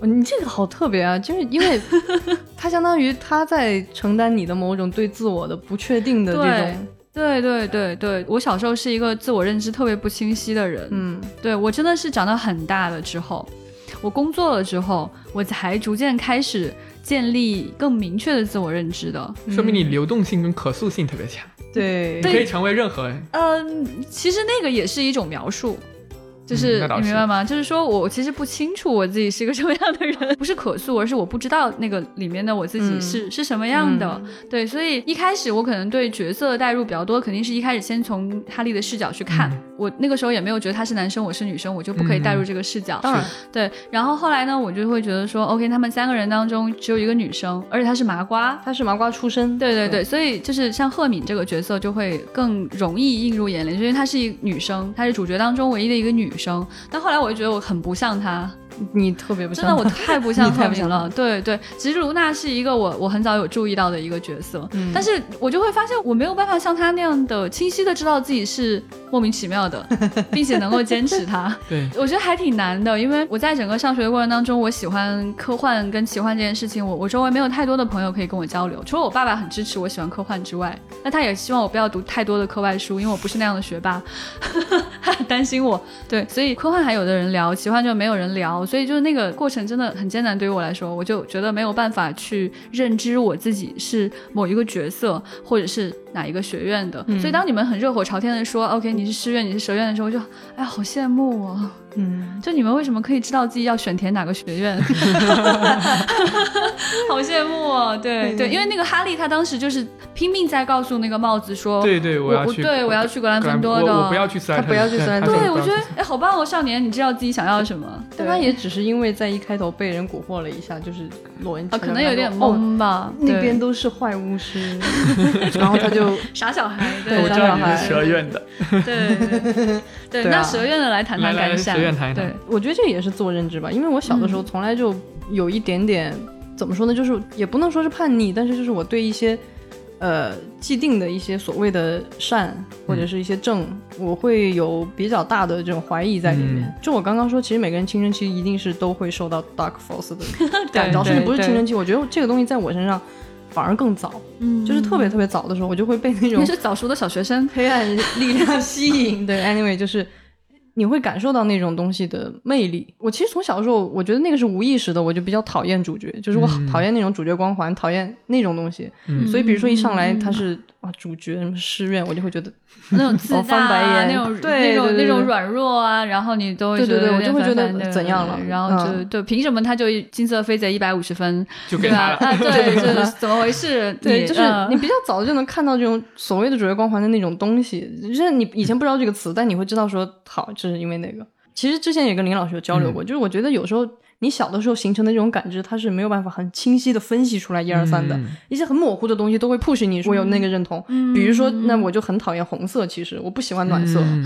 A: 哦你这个好特别啊，就是因 为他相当于他在承担你的某种对自我的不确定的这
B: 对
A: 种
B: 对对对对，我小时候是一个自我认知特别不清晰的人，
A: 嗯，
B: 对我真的是长到很大了之后，我工作了之后，我才逐渐开始建立更明确的自我认知的。
C: 说明你流动性跟可塑性特别强，
A: 对
C: 你可以成为任何人。
B: 嗯，其实那个也是一种描述。就
C: 嗯
B: 是、
C: 那倒
B: 你明
C: 是
B: 白吗？就是说我其实不清楚我自己是个什么样的人， 不是可塑，而是我不知道那个里面的我自己
A: 嗯
B: 是、是什么样的。
C: 嗯
B: 对，所以一开始我可能对角色的代入比较多，肯定是一开始先从哈利的视角去看。
C: 嗯
B: 我那个时候也没有觉得他是男生，我是女生，我就不可以代入这个视
C: 嗯
B: 角。
A: 当然
B: 对，然后后来呢，我就会觉得说，OK，他们三个人当中只有一个女生，而且她是麻瓜。
A: 他是麻瓜出身，
B: 对对对，所以就是像赫敏这个角色就会更容易映入眼帘，因为她是一个女生，她是主角当中唯一的一个女生。但后来我就觉得我很不像她，
A: 你特别不
B: 真的
A: 像
B: 我
A: 他
B: 太不像
A: 你
B: 赫
A: 太不
B: 敏
A: 像
B: 了。对对，其实卢娜是一个我我很早有注意到的一个角色，
A: 嗯
B: 但是我就会发现我没有办法像她那样的清晰的知道自己是莫名其妙 的，并且能够坚持它。
C: 对，
B: 我觉得还挺难的，因为我在整个上学的过程当中，我喜欢科幻跟奇幻这件事情，我我周围没有太多的朋友可以跟我交流，除了我爸爸很支持我喜欢科幻之外，那他也希望我不要读太多的课外书，因为我不是那样的学霸， 他很担心我。对，所以科幻还有的人聊，奇幻就没有人聊，所以就是那个过程真的很艰难，对于我来说，我就觉得没有办法去认知我自己是某一个角色，或者是哪一个学院的。所以当你们很热火朝天的说 “OK，你是师院，你是蛇院”的时候，我就哎，好羡慕哦。
A: 嗯，
B: 就你们为什么可以知道自己要选填哪个学院？ 好羡慕哦！对对，因为那个哈利他当时就是拼命在告诉那个帽子说，
C: 对对，
B: 哦我
C: 要去，
B: 对我要去格兰芬多
C: 我
B: 的，
C: 我不要去斯莱特
A: 他不要去
C: 林
A: 斯莱特
C: 对
A: 林
C: 他
B: 对，
C: 说
B: 我
C: 不要
B: 觉得
C: 去斯
B: 哎，好棒哦，少年，你知道自己想要什么
A: 但他也只是因为在一开头被人蛊惑了一下，就是罗恩
B: 啊？可能有点
A: 懵，
B: 懵吧，
A: 那
B: 对
A: 边都是坏巫师， 然后他就
B: 傻小孩，
A: 对
C: 我
B: 对
C: 知
A: 当
C: 道
A: 然
C: 你是蛇院的，
B: 对 对对，
A: 对啊
B: 那蛇院的来谈谈
C: 来来
B: 感想，
C: 蛇院谈一谈
B: 对，
A: 我觉得这也是自我认知吧，因为我小的时候
B: 嗯
A: 从来就有一点点、怎么说呢，就是也不能说是叛逆，但是就是我对一些呃既定的一些所谓的善或者是一些正，
B: 嗯
A: 我会有比较大的这种怀疑在里面。
C: 嗯
A: 就我刚刚说，其实每个人青春期一定是都会受到 dark force 的
B: 对
A: 感召，甚至不是
B: 对
A: 青春期，我觉得这个东西在我身上反而更早，
B: 嗯，
A: 就是特别特别早的时候，我就会被那种
B: 你是早熟的小学生，
A: 黑暗力量吸引。 对，anyway，就是你会感受到那种东西的魅力。我其实从小的时候，我觉得那个是无意识的，我就比较讨厌主角，就是我
C: 嗯
A: 讨厌那种主角光环，讨厌那种东西。
C: 嗯
A: 所以，比如说一上来
B: 嗯
A: 他是啊主角什么师院，我就会觉得，
B: 那种自
A: 哦
B: 大、
A: 翻白
B: 啊，
A: 眼
B: 那种
A: 对
B: 那种
A: 对对
B: 那种
A: 对
B: 软弱啊，然后你都会
A: 对对对
B: 有
A: 我
B: 点
A: 就会觉得
B: 烦烦的
A: 怎样了
B: 然后就、
A: 嗯
B: 对，凭什么他就金色飞贼一百五十分，
C: 就给
B: 对
C: 他
B: 吧？
C: 了。
B: 啊，对，就是怎么回事？
A: 对，
B: 你
A: 就是
B: 嗯
A: 你比较早就能看到这种所谓的主角光环的那种东西，就是你以前不知道这个词，但你会知道说，好，这是因为那个。其实之前也跟林老师有交流
C: 嗯
A: 过，就是我觉得有时候你小的时候形成的这种感知，它是没有办法很清晰的分析出来一二三的，
C: 嗯
A: 一些很模糊的东西都会 push 你，我有
B: 嗯
A: 那个认同。比如说，那我就很讨厌红色，其实我不喜欢暖色。
C: 嗯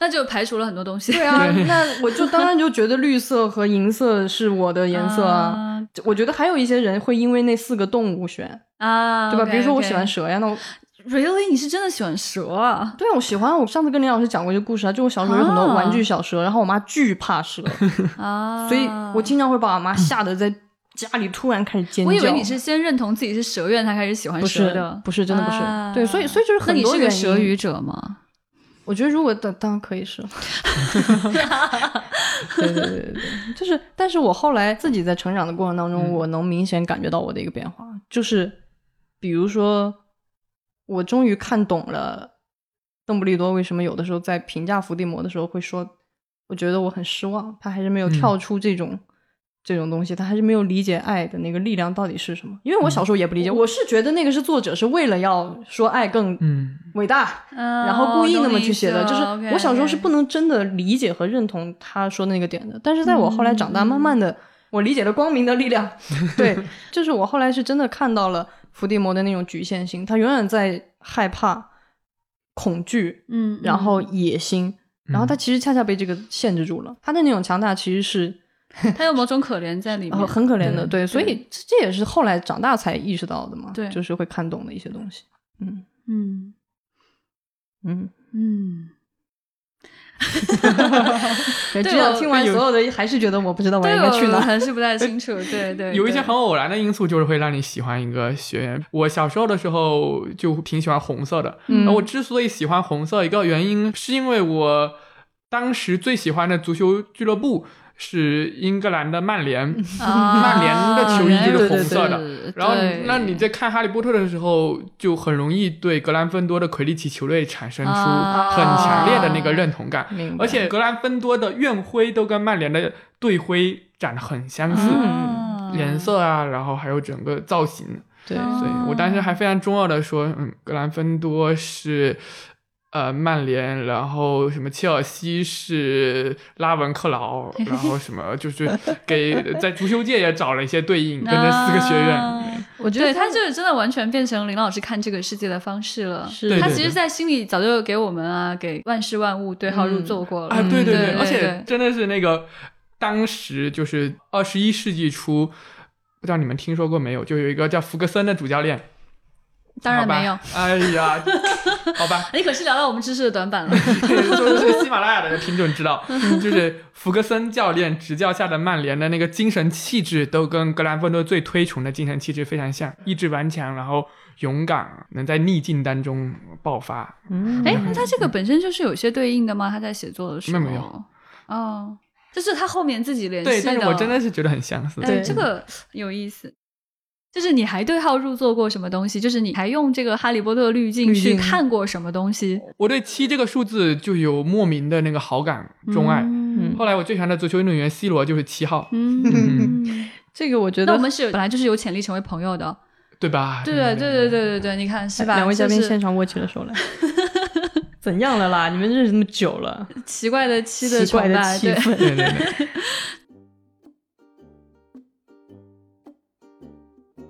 B: 那就排除了很多东西。
A: 对啊，那我就当然就觉得绿色和银色是我的颜色啊。
B: 啊
A: 我觉得还有一些人会因为那四个动物选，
B: 啊，
A: 对吧？
B: OK，
A: 比如说我
B: OK
A: 喜欢蛇呀，那我
B: Really，你是真的喜欢蛇啊？
A: 对啊，我喜欢。我上次跟林老师讲过一个故事啊，就我小时候有很多
B: 啊
A: 玩具小蛇，然后我妈巨怕蛇，
B: 啊，
A: 所以我经常会把我妈吓得在家里突然开始尖叫。
B: 我以为你是先认同自己是蛇院，才开始喜欢
A: 不
B: 蛇
A: 是
B: 的，
A: 不是真的不是
B: 啊
A: 对所以所以就是
B: 那
A: 很
B: 你
A: 多
B: 是个
A: 原
B: 蛇
A: 因
B: 语者 吗？
A: 我觉得如果当当然可以是，
B: 啊
A: 对对对对对，就是，但是我后来自己在成长的过程当中，
C: 嗯
A: 我能明显感觉到我的一个变化，就是比如说，我终于看懂了邓布利多为什么有的时候在评价伏地魔的时候会说，我觉得我很失望，他还是没有
C: 嗯
A: 跳出这种。这种东西，他还是没有理解爱的那个力量到底是什么。
C: 嗯
A: 因为我小时候也不理解，我是觉得那个是作者是为了要说爱更
C: 嗯，
A: 伟大，
B: 然
A: 然后
B: 哦
A: 故意那么去写的，就是我小时候是不
B: 能
A: 能真的理解和认同他说的那个点的，但是在我后来长大，
B: 嗯
A: 慢慢的我理解了光明的 力量，对，就是我后来是真的看到了伏地魔的那种局限性，他永远在害怕、恐惧，
B: 嗯，
A: 然后
B: 嗯
A: 野心，然后他其实恰恰被这个限制住了，他的那种强大其实是
B: 他有某种可怜在里
A: 呃
B: 面，
A: 很可怜的，
B: 对
A: 对，所以这这也是后来长大才意识到的嘛，
B: 对
A: 就是会看懂的一些东西，嗯
B: 嗯
A: 嗯。
B: 嗯，对
A: 对这样
B: 我
A: 听完
C: 有
A: 所有的，还是觉得我不知道我
B: 对
A: 应该去哪
B: 我
A: 儿。
B: 还是不太清楚。对对，
C: 有一些
B: 对
C: 很偶然的因素，就是会让你喜欢一个学员。我小时候的时候就挺喜欢红色的，
A: 嗯
C: 然后我之所以喜欢红色，一个原因是因为我当时最喜欢的足球俱乐部是英格兰的曼联，
B: 啊
C: 曼联的球衣就是红色的。
B: 对对对
C: 然后你
B: 对，
C: 那你在看《哈利波特》的时候，就很容易对格兰芬多的魁地奇球队产生出
B: 啊
C: 很强烈的那个认同感。
A: 明白
C: 而且格兰芬多的院徽都跟曼联的队徽长得很相似，
B: 啊
C: 颜色啊，然后还有整个造型，
A: 对，
B: 嗯
C: 所以我当时还非常中二的说，嗯，格兰芬多是呃曼联，然后什么切尔西是拉文克劳，然后什么就是 给在足球界也找了一些对应，跟这四个学院。
B: 啊
A: 我觉得
B: 对他就是真的完全变成林老师看这个世界的方式了。
A: 是
C: 对
B: 他
C: 对
B: 其实，在心里早就给我们啊，给万事万物对号入
A: 嗯
B: 座过了。
C: 啊，对
B: 嗯对
C: 对，而且
B: 对
C: 真的是那个当时就是二十一世纪初，不知道你们听说过没有，就有一个叫福格森的主教练，
B: 当然
C: 好吧
B: 没有。。
C: 哎 呀，好吧，
B: 你可是聊到我们知识的短 板了。
C: 就是喜马拉雅的听众知 道，就是福格森教练执教下的曼联的那个精神气质，都跟格兰芬多最推崇的精神气质非常像，意志顽强，然后勇敢，能在逆境当中爆发。
A: 嗯
B: 哎，那他这个本身就是有些对应的吗？他在写作的时候？
C: 那没有。
B: 哦，就是他后面自己联系
C: 对，但是我真的
B: 是
C: 是觉得很相似。
B: 哎，
A: 对
B: 这个有意思。就是你还对号入座过什么东西？就是你还用这个《哈利波特》滤镜
A: 滤
B: 去
A: 镜
B: 看过什么东西？
C: 我对七这个数字就有莫名的那个好感、钟爱。
B: 嗯
C: 后来我最喜欢的足球运动员 C 罗就是七号，
B: 嗯，
A: 这个我觉
B: 那我
A: 得
B: 们是本来就是有潜力成为朋友的。
C: 对吧？
B: 对对对对对对，你看是吧？
A: 两位嘉宾
B: 就是
A: 现场握起了 手来。怎样了啦？你们认识这么久了，
B: 奇怪的七的
A: 奇怪
B: 崇
A: 的
B: 拜，
A: 气
B: 对，
A: 氛。
C: 对对对，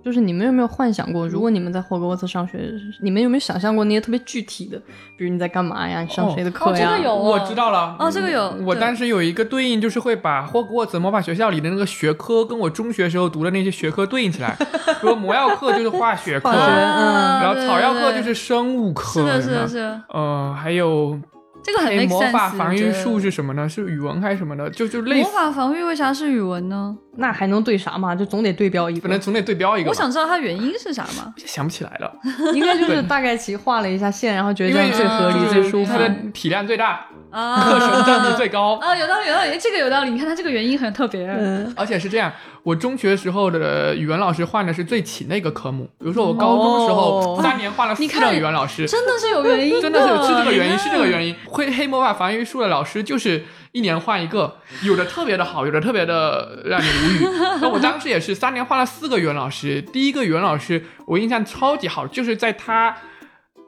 A: 就是你们有没有幻想过，如果你们在霍格沃茨上学，你们有没有想象过那些特别具体的，比如你在干嘛呀？你上谁的
B: 哦
A: 课
B: 这
A: 呀？
B: 个有哦
C: 我知道了。嗯
B: 哦这个有
C: 我
B: 对
C: 当时有一个对应，就是会把霍格沃茨魔法学校里的那个学科跟我中学时候读的那些学科对应起 来。比如魔药课就是化学课，
A: 化学
C: 然
A: 嗯
C: 后草药课
B: 啊对对对
C: 就是生物课，
B: 是的，是的，
C: 有没有
B: 是的，
C: 呃，还有
B: 这个很
C: 哎
B: make
C: 魔法
B: sense，
C: 防御术
B: 我觉
C: 是什么呢？是语文还是什么的？就就
B: 得
C: 类
B: 魔
C: 似，
B: 法防御为啥是语文呢？
A: 那还能对啥嘛？就总得对标一
C: 反正
A: 个，
C: 总得对标一个吧。
B: 我想知道它原因是啥 嘛？
C: 想不起来了，
A: 应该就是
C: 对
A: 大概其画了一下线，然后觉得
C: 因
A: 这
C: 为
A: 样最合理、
C: 就是
A: 最舒服
C: 它。
B: 嗯
C: 的体量最大，
B: 啊，
C: 课程占比最高。
B: 啊，有道理，有道理，这个有道理。你看它这个原因很特别，
A: 嗯，
C: 而且是这样，我中学时候的语文老师换的是最勤的一个科目，比如说我高中时候、
A: 哦
C: 三年换了四
B: 你看
C: 个语文老师，
B: 真的是有原因
C: 真的是是这个原因，
B: 你
C: 是
B: 看
C: 这个原因。会黑魔法防御术的老师就是一年换一个，有的特别的好，有的特别的让你无语。那我当时也是三年换了四个语文老师，第一个语文老师我印象超级好，就是在他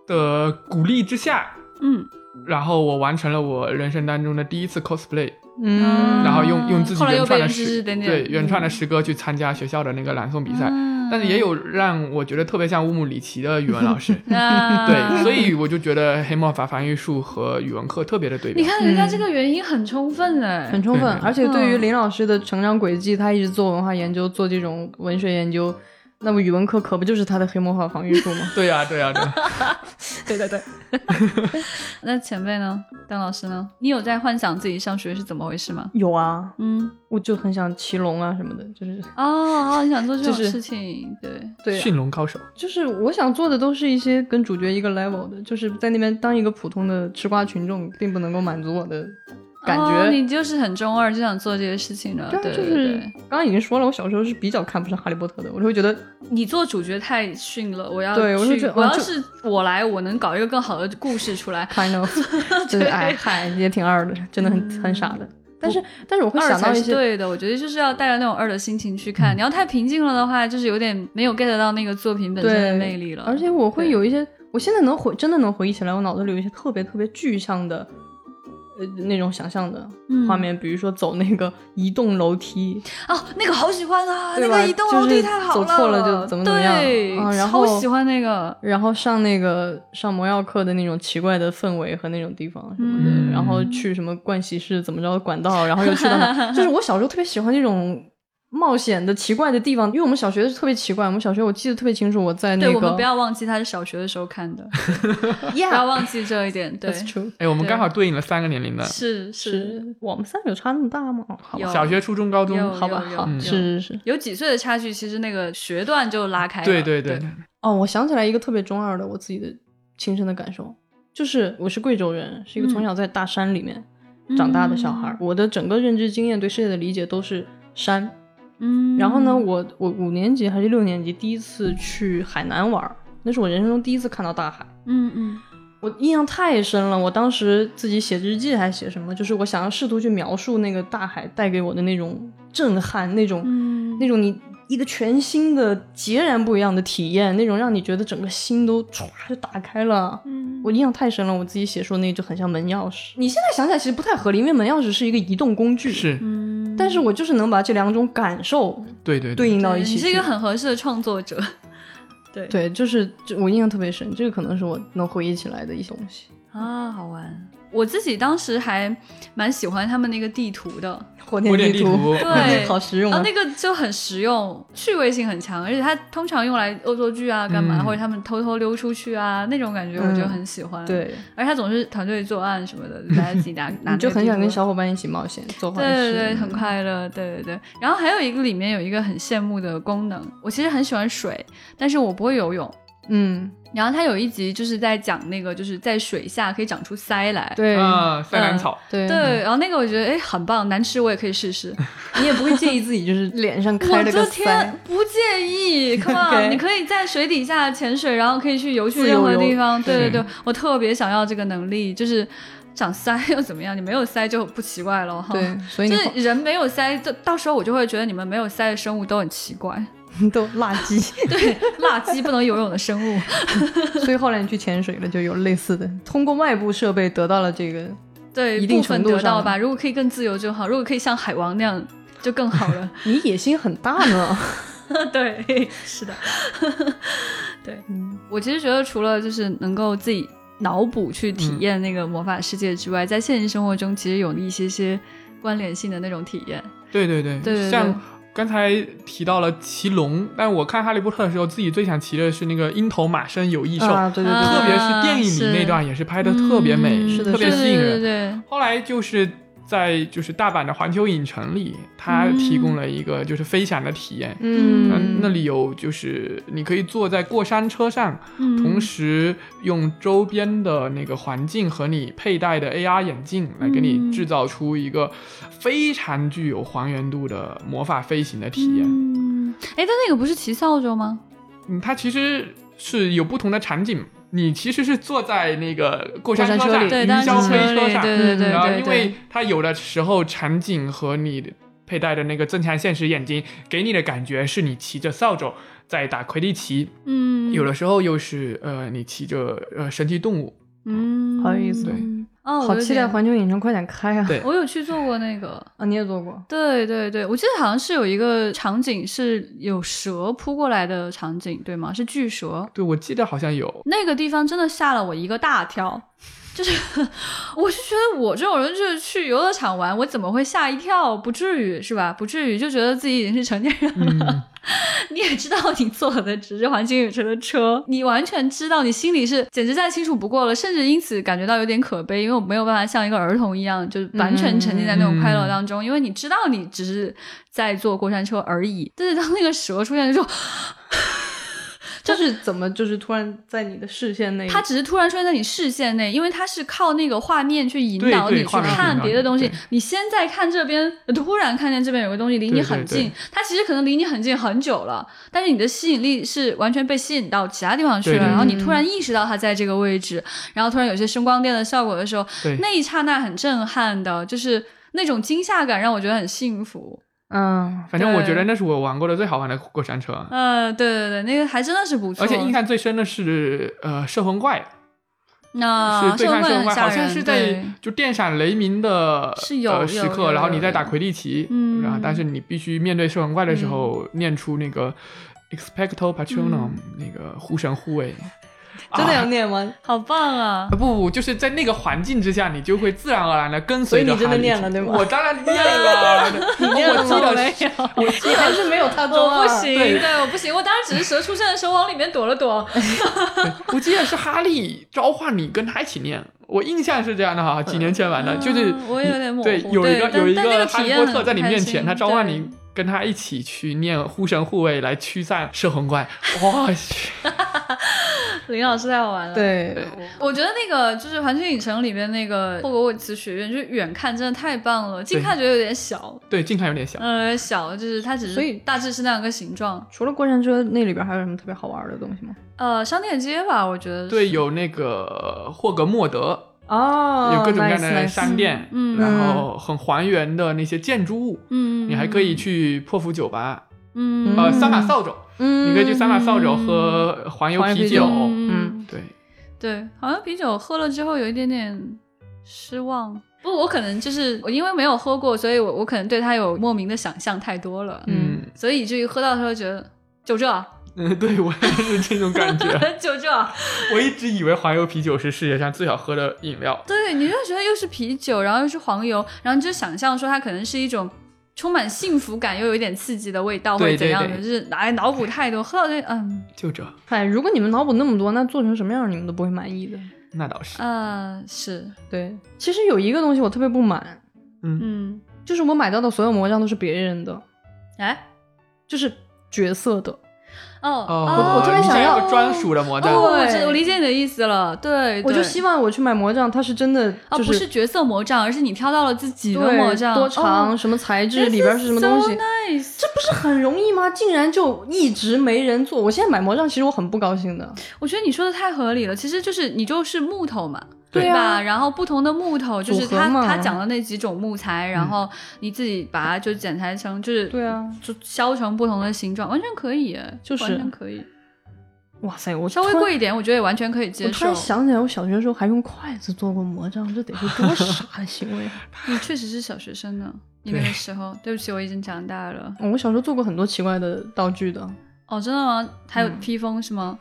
C: 的鼓励之下，
B: 嗯，
C: 然后我完成了我人生当中的第一次 cosplay。
A: 嗯，
C: 然后用用自己
B: 后来又
C: 原
B: 被
C: 创的
B: 人指
C: 诗，
B: 指点点
C: 对原创的
B: 嗯
C: 诗歌去参加学校的那个朗诵比赛，
B: 嗯，
C: 但是也有让我觉得特别像乌姆里奇的语文老师
B: 啊
C: 对，所以我就觉得黑魔法防御术和语文课特别的对比
B: 你。看人家
A: 嗯
B: 这个原因很充
C: 嗯
B: 分哎，
A: 很充分
C: 对。
A: 而且对于
B: 嗯
A: 林老师的成长轨迹，他一直做文化研究，做这种文学研究，那么语文课可不就是他的黑魔法防御术吗？
C: 对呀、对呀、对、
B: 对对对。那前辈呢？邓老师呢？你有在幻想自己上学是怎么回事吗？
A: 有啊，
B: 嗯，
A: 我就很想骑龙啊什么的，就是
B: 哦，哦，你想做这种
A: 就是
B: 事情，对，
A: 对啊、
C: 驯龙高手，
A: 就是我想做的都是一些跟主角一个 level 的，就是在那边当一个普通的吃瓜群众，并不能够满足我的感觉。
B: 哦你就是很中二，就想做这些事情了，
A: 对啊，
B: 对
A: 就
B: 对
A: 是
B: 对。
A: 刚刚已经说了，我小时候是比较看不上哈利波特的，我就会 觉得
B: 你做主角太逊了，我要
A: 对我就
B: 去
A: 觉得
B: 我
A: 哦
B: 要
A: 就是
B: 我来，我能搞一个更好的故事出来。
A: kind of 就是哎嗨，也挺二的，真的很、很傻的。但是但是我会
B: 嗯二
A: 想到
B: 才
A: 一
B: 是
A: 些嗯
B: 对的，我觉得就是要带着那种二的心情去看。你要太平静了的话，就是有点没有 get 到那个作品本身的
A: 对
B: 魅力了。
A: 而且我会
B: 对
A: 有一些，我现在能回，真的能回忆起来，我脑子里有一些特别特别具象的，呃，那种想象的
B: 嗯
A: 画面，比如说走那个移动楼梯，
B: 哦，那个好喜欢啊，那
A: 对
B: 个
A: 吧
B: 移动楼
A: 就
B: 梯
A: 是
B: 太好
A: 走错了就怎么怎么样
B: 对，
A: 啊然
B: 超
A: 后
B: 喜欢那个。
A: 然后上那个上魔药课的那种奇怪的氛围和那种地方什么的，
C: 嗯
A: 然后去什么盥洗室怎么着管道，然后又去到哪，就是我小时候特别喜欢那种冒险的奇怪的地方，因为我们小学是特别奇怪，我们小学我记得特别清楚，我在那
B: 对
A: 个
B: 我们不要忘记他是小学的时候看的，不要
A: yeah
B: 忘记这一点。对，
A: that's true
C: 哎，我们
B: 对
C: 刚好对应了三个年龄的，
B: 是是，
A: 是我们三个有差那么大吗？好吧
B: 有
C: 小学、初中、高
B: 有
C: 中，
A: 好吧
B: 有有
A: 好
C: 嗯
A: 是是是
B: 有几岁的差距，其实那个学段就拉开了。
C: 对对
B: 对
C: 对，，
A: 哦，我想起来一个特别中二的我自己的亲身的感受，就是我是贵州人，是一个从
B: 嗯
A: 小在大山里面长大的小孩儿，我的整个认知经验对世界的理解都是山。
B: 嗯，
A: 然后呢，我我五年级还是六年级第一次去海南玩儿，那是我人生中第一次看到大海。
B: 嗯嗯
A: 我印象太深了，我当时自己写日记还写什么，就是我想要试图去描述那个大海带给我的那种震撼，那种、
B: 嗯
A: 那种你一个全新的、截然不一样的体验，那种让你觉得整个心都歘就打开了。
B: 嗯
A: 我印象太深了，我自己写说那就很像门钥匙。你现在想起来其实不太合理，因为门钥匙是一个移动工具，。
C: 是，
B: 嗯，
A: 但是我就是能把这两种感受
C: 对对
A: 对应到
B: 对
A: 一起
B: 你
A: 去。
B: 是一个很合适的创作者。对
A: 对，就是就我印象特别深，这个可能是我能回忆起来的一些东西。
B: 啊，好玩。我自己当时还蛮喜欢他们那个地图的，
A: 火
C: 火点地图，
B: 对
A: 好实用
B: 然
A: 啊
B: 后！那个就很实用，趣味性很强，而且它通常用来恶作剧啊、干嘛，
C: 嗯
B: 或者他们偷偷溜出去啊那种感觉，我就
A: 嗯
B: 很喜欢。，
A: 对，
B: 而且它总是团队作案什么的，大 家自己拿拿
A: 你就
B: 嗯那个地
A: 很想跟
B: 图
A: 小伙伴一起冒险，做坏
B: 对对
A: 事，
B: 对，很快乐，对对对。然后还有一个里面有一个很羡慕的功能，我其实很喜欢水，但是我不会游泳。
A: 嗯，
B: 然后它有一集就是在讲那个，就是在水下可以长出鳃来。
A: 对
C: 啊，塞兰
B: 嗯
C: 草，
A: 对，
B: 对，然后那个我觉得哎很棒，难吃我也可以试 试。
A: 你也不会介意自己就是脸上开
B: 我
A: 了
B: 这
A: 个
B: 天
A: 腮，
B: 不介意 ，Come
A: OK
B: on，你可以在水底下潜水，然后可以去游去
A: 自
B: 任
A: 由
B: 何
A: 游
B: 地方。对对
C: 是
B: 对，我特别想要这个能力，就是长腮又怎么样？你没有腮就不奇怪了哈。
A: 对，所以
B: 就
A: 你
B: 是人没有腮，就到时候我就会觉得你们没有腮的生物都很奇怪，
A: 后都辣鸡，
B: 对，辣鸡不能游泳的生物。
A: 所以后来你去潜水了，就有类似的，通过外部设备得到了这个，
B: 对，
A: 一定
B: 部分
A: 程度
B: 得到
A: 上
B: 吧。如果可以更自由就好，如果可以像海王那样就更好了。
A: 你野心很大 呢。
B: 对， 是的。
A: 嗯，
B: 我其实觉得，除了就是能够自己脑补去体
C: 嗯
B: 验那个魔法世界之外，在现实生活中其实有一些些关联性的那种体验。
C: 对对对，
B: 嗯对对对
C: 像刚才提到了骑龙，但我看《哈利波特》的时候，自己最想骑的是那个鹰头马身有翼兽，
A: 啊，对对对，
C: 特别
B: 啊
C: 是电影
B: 是
C: 里那段也是拍的特别美，
B: 嗯
A: 是的
C: 特别
B: 对
C: 吸引
B: 对
C: 人。
B: 对对
C: 后来就是在就是大阪的环球影城里，它
B: 嗯
C: 提供了一个就是飞翔的体验。
A: 嗯，
C: 嗯，那里有就是你可以坐在过山车上，
B: 嗯
C: 同时用周边的那个环境和你佩戴的 AR 眼镜来给
B: 嗯
C: 你制造出一个非常具有还原度的魔法飞行的体验。
B: 嗯，哎，但那个不是骑扫帚吗？
C: 嗯，它其实是有不同的场景。你其实是坐在那个过山
A: 过山车
C: 上，
A: 里
B: 对，
C: 云
B: 当
C: 霄
B: 然是
C: 飞
B: 车
C: 车
B: 里，
C: 上，
B: 对对对对
C: 然后
B: 对，
C: 因为它有的时候场景和你佩戴的那个增强现实眼镜给你的感觉是你骑着扫帚在打魁地奇，
B: 嗯，
C: 有的时候又是呃你骑着呃神奇动物，
B: 嗯，
A: 好有意思
C: 对
B: 哦，我
A: 好
B: 有
A: 期待
B: 点
A: 环球影城快点开啊！
C: 对
B: 我有去做过那个，
A: 啊，你也做过，
B: 对对对，我记得好像是有一个场景是有蛇扑过来的场景，对吗？是巨蛇，
C: 对我记得好像 有，
B: 那个地方真的吓了我一个大跳。就是， 我就觉得我这种人就是去游乐场玩，我怎么会吓一跳？不至于是吧？不至于，就觉得自己已经是成年人了。
C: 嗯，
B: 你也知道你坐的只是环球影城的车，你完全知道，你心里是简直再清楚不过了，甚至因此感觉到有点可悲，因为我没有办法像一个儿童一样，就是完全沉浸在那种快乐当中，因为你知道你只是在坐过山车而已。但是当那个蛇出现的时候，
A: 就是怎么就是突然在你的视线
C: 哎
A: 内，
B: 它只是突然出现在你视线内，因为它是靠那个画面去引导
C: 对对
B: 你去
C: 画面引
B: 看
C: 导
B: 别的
C: 你
B: 东西
C: 对。
B: 你先在看这边，突然看见这边有个东西离你
C: 对对
B: 很
C: 对
B: 近，它其实可能离你很近很久了，但是你的吸引力是完全被吸引到其他地方去了。
C: 对对
B: 然后你
A: 嗯
B: 突然意识到它在这个位置，然后突然有些声光电的效果的时候，
C: 对，
B: 那一刹那很震撼的，就是那种惊吓感让我觉得很幸福。
A: 嗯，
C: 反正我
B: 对
C: 觉得那是我玩过的最好玩的过山车，
B: 呃，对对对，那个还真的是不错。
C: 而且印象最深的是呃摄魂怪，
B: 那
C: 是对抗
B: 社会
C: 社
B: 很
C: 会，
B: 吓
C: 好
B: 人，
C: 像是
B: 对
C: 在就电闪雷鸣的
B: 是有
C: 呃
B: 有
C: 时
B: 有
C: 刻，然后
B: 有
C: 你在打
B: 有
C: 魁地奇，
B: 嗯
C: 然后但是你必须面对摄魂怪的时候念出那个 expecto patronum、那
B: 嗯
C: 个护神护卫。
A: 真的
C: 啊
A: 有念 吗？
B: 好棒啊
C: 啊！不，就是在那个环境之下，你就会自然而然的跟随着
A: 所以你真
C: 哈
A: 的
C: 利
A: 念
C: 去
A: 了对吗
C: 我当然念了，他 的，我记
B: 我
C: 得
B: 没
C: 是
B: 有，
C: 我记
A: 你还是没有他 多
B: 我
A: 啊
B: 不行，
C: 对
B: 对，我不行，我当时只是蛇出现的时候往里面躲了躲，
C: 我记得是哈利召唤你跟他一起念，我印象是这样的哈，几年前玩的，就是
B: 嗯我有点模糊
C: 对，有一个
B: 对
C: 有一
B: 但但那个
C: 哈
B: 体
C: 利
B: 验
C: 波特
B: 很
C: 在你
B: 开
C: 面
B: 心
C: 前，他召唤
B: 对
C: 你跟他一起去念护神护卫来驱散摄魂怪，哇去，
B: 林老师太好玩了。，
A: 对，
B: 我觉得那个就是《环球影城》里面那个霍格沃茨学院，就是远看真的太棒了，近看觉得有点小，
C: 对，近看有点小。
B: 呃，小就是它只
A: 所
B: 是
A: 以
B: 大致是那样一个形状。
A: 除了过山车那里边还有什么特别好玩的东西吗？
B: 呃，商店街吧，我觉得是
C: 对，有那个霍格莫德，
A: 哦，
C: 有各种各样
A: nice,
C: 的
A: nice
C: 商店，
B: 嗯嗯
C: 然后很还原的那些建筑物，
B: 嗯，
C: 你还可以去破釜酒吧，
B: 嗯，
C: 呃，
A: 嗯
C: 三把扫帚，
A: 嗯，
C: 你可以去三把扫帚喝黄油
A: 黄油
C: 啤
A: 啤酒
C: 酒，
B: 嗯，
C: 对，
B: 对，好像啤酒喝了之后有一点点失望。不，我可能就是我因为没有喝过，所以我我可能对它有莫名的想象太多了，
A: 嗯
C: 嗯，
B: 所以以至于喝到的时候觉得就这，
C: 嗯， 对我也是这种感觉。
B: 就这，
C: 我一直以为黄油啤酒是世界上最好喝的饮料，
B: 对，你就觉得又是啤酒，然后又是黄油，然后你就想象说它可能是一种。充满幸福感又有一点刺激的味道，或者
C: 对
B: 怎
C: 对
B: 样的，
C: 对
B: 就是来脑补太多，喝到这，嗯
C: 就这，
A: 嗨，如果你们脑补那么多，那做成什么样你们都不会满意的。
C: 那倒是，
B: 呃是，
A: 对，其实有一个东西我特别不满，
C: 嗯，
B: 嗯，
A: 就是我买到的所有魔杖都是别人的，
B: 哎，
A: 就是角色的。
B: 哦，
A: 我我特别
C: 你
A: 想
C: 想
A: 要
C: 有专属的魔杖，
B: 哦，我
A: 对
B: 这我理解你的意思了，对，
A: 我就
B: 对
A: 希望我去买魔杖，它是真的
B: 啊，
A: 就
B: 不是角色魔杖，而是你挑到了自己的
A: 对
B: 魔杖，
A: 多长、
B: 哦
A: 什么材质，里边是什么东西
B: This is so nice
A: 这不是很容易吗？竟然就一直没人做。我现在买魔杖，其实我很不高兴的。
B: 我觉得你说的太合理了。其实就是你就是木头嘛，
C: 对
B: 吧？
A: 啊
B: 然后不同的木头，就是
A: 组合
B: 他
A: 嘛嗯
B: 他讲的那几种木材，然后你自己把它就剪裁成，就是
A: 对啊，
B: 就削成不同的形状，完全可以耶，
A: 就是
B: 完全可以。
A: 哇塞，我
B: 稍微
A: 突然
B: 贵一点，我觉得也完全可以接
A: 我突
B: 受
A: 然。想起来，我小学的时候还用筷子做过魔杖，这得是多傻的啊行为！
B: 你确实是小学生 呢，你那个
C: 对
B: 时候，对不起，我已经长大了。
A: 嗯我小时候做过很多奇怪的道具的，
B: 哦，真的吗？还有
A: 嗯
B: 披风是吗？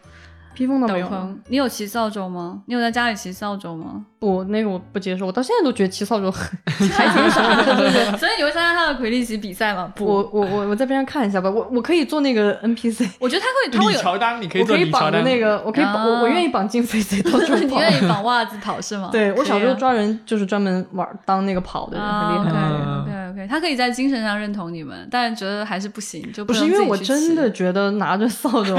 A: 披风倒没
B: 斗
A: 有了。
B: 篷，你有骑扫帚吗？你有在家里骑扫帚 吗？
A: 不，那个我不接受，我到现在都觉得骑扫 帚很太
B: 太
A: 精神了。对对
B: 所以你会参加他的魁力奇比赛吗？不，
A: 我我我我在边上看一下吧，我我可以做那个 NPC，
B: 我觉得他会，他会
C: 李
B: 有。
C: 乔丹，你 可以
A: 我
C: 做
A: 可以
C: 李乔
A: 绑着
C: 丹
A: 那个，我可以绑我我
B: 啊
A: 愿意绑进 飞贼 到处
B: 你
A: 跑。
B: 愿意绑袜子跑是吗？
A: 对我小时候
B: 抓
A: 抓人就是专门玩当那个跑的人，
B: 啊，
A: 很厉害。
C: 嗯
B: 对对对，他可以在精神上认同你们，但觉得还是不行，就
A: 不是
B: 能
A: 因为
B: 自己
A: 我
B: 去
A: 真的
B: 骑。
A: 觉得拿着扫 帚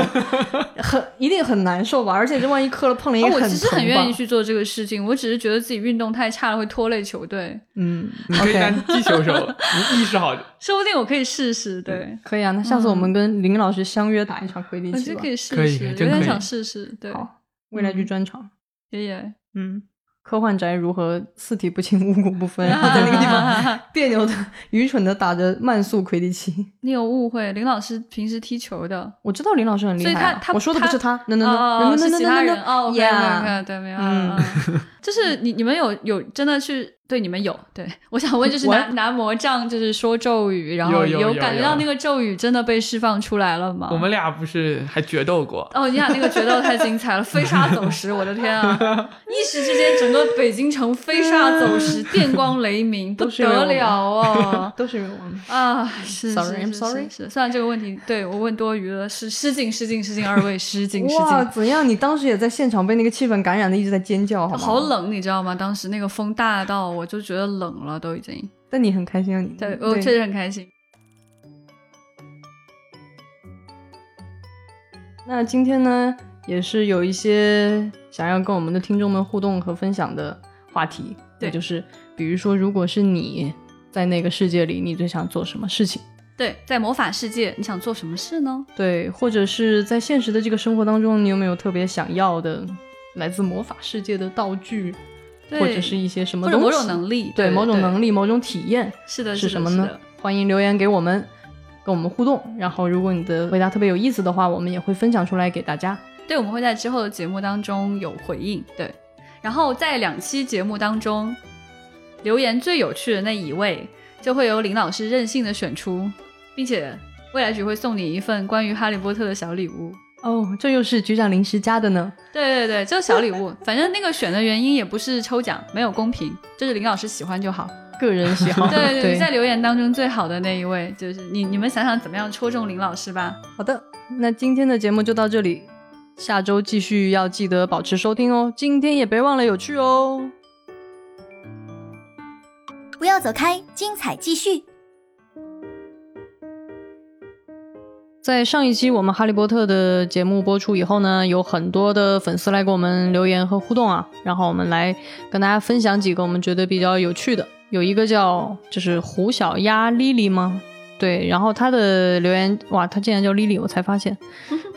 A: 很一定很难受吧，而且这万一磕了碰了也
B: 啊
A: 很、
B: 我其实很愿意
A: 吧
B: 去做这个事情，我只是觉得自己运动太差了，会拖累球队。
A: 嗯
C: 你可以
A: ，OK，哦
C: 当击球手， 你意识好，
B: 说不定我可以试试，对，
A: 可以啊。那
B: 嗯
A: 下次我们跟林老师相约打一场魁地
B: 我
A: 奇
B: 觉得
A: 吧
B: 可，以试
C: 啊可以嗯
B: 试，有
C: 真可
B: 点
C: 以
B: 想试试，对，
A: 好未来剧专场。
B: 爷爷，
A: 嗯，科幻宅如何四体不勤五谷不分，然后 在那个地方别扭的、愚蠢的打着慢速魁地奇。
B: 你有误会，林老师平时踢球的，
A: 我知道林老师很厉害啊、
B: 所以他他
A: 我说的不是他，那那
B: 哦
A: 那那
B: 哦，
A: 那
B: 是其他
A: 那
B: 人
A: 那
B: 哦，OK
A: ，yeah，
B: OK，对，没有，
A: 嗯
B: 嗯，嗯就是你你们有有真的去对你们有对， 我想问就是拿
A: What？
B: 拿魔杖就是说咒语，然
C: 有
B: 后
C: 有有
B: 感觉
C: 有
B: 到那个咒语真的被释放出来了吗？
C: 我们俩不是还决斗过？
B: 哦，你俩那个决斗太精彩了，飞沙走石，我的天啊！一时之间，整个北京城飞沙走石，电光雷鸣，不
A: 都是因为我
B: 得
A: 们
B: 了哦！
A: 都是因为我们。
B: 啊，是
A: Sorry,
B: 是
A: I'm
B: 是
A: sorry.
B: 是是，虽然这个问题对我问多余了，是失敬失敬失敬二位失敬失
A: 哇，
B: 敬。
A: 怎样？你当时也在现场被那个气氛感染的，一直在尖叫，好吗？
B: 好。冷，你知道吗？当时那个风大到我就觉得冷了，都已经。
A: 但你很开心啊，你
B: 对，我确实很开心。
A: 那今天呢，也是有一些想要跟我们的听众们互动和分享的话题，
B: 对
A: 也就是比如说，如果是你在那个世界里，你最想做什么事情？
B: 对，在魔法世界，你想做什么事呢？
A: 对，或者是在现实的这个生活当中，你有没有特别想要的来自魔法世界的道具，
B: 对
A: 或者是一些什么
B: 或者
A: 东西
B: 某种能力，
A: 嗯对某种能
B: 力
A: 力、某种体验
B: 是的，
A: 是
B: 的
A: 什么？
B: 是
A: 呢
B: 的？
A: 欢迎留言给我们，跟我们互动。然后，如果你的回答特别有意思的话，我们也会分享出来给大家。
B: 对，我们会在之后的节目当中有回应。对，然后在两期节目当中，留言最有趣的那一位就会由林老师任性的选出，并且未来局会送你一份关于哈利波特的小礼物。
A: 哦，这又是局长临时加的呢。
B: 对对对，就是小礼物。反正那个选的原因也不是抽奖，没有公平，就是林老师喜欢就好。
A: 个人喜好。
B: 对
A: 对，
B: 在留言当中最好的那一位，就是你。你们想想怎么样戳中林老师吧。
A: 好的，那今天的节目就到这里，下周继续要记得保持收听哦。今天也别忘了有趣哦。
D: 不要走开，精彩继续。
A: 在上一期我们《哈利波特》的节目播出以后呢，有很多的粉丝来给我们留言和互动啊，然后我们来跟大家分享几个我们觉得比较有趣的。有一个叫就是胡小丫 Lily 吗？对，然后她的留言哇，她竟然叫 Lily，我才发现，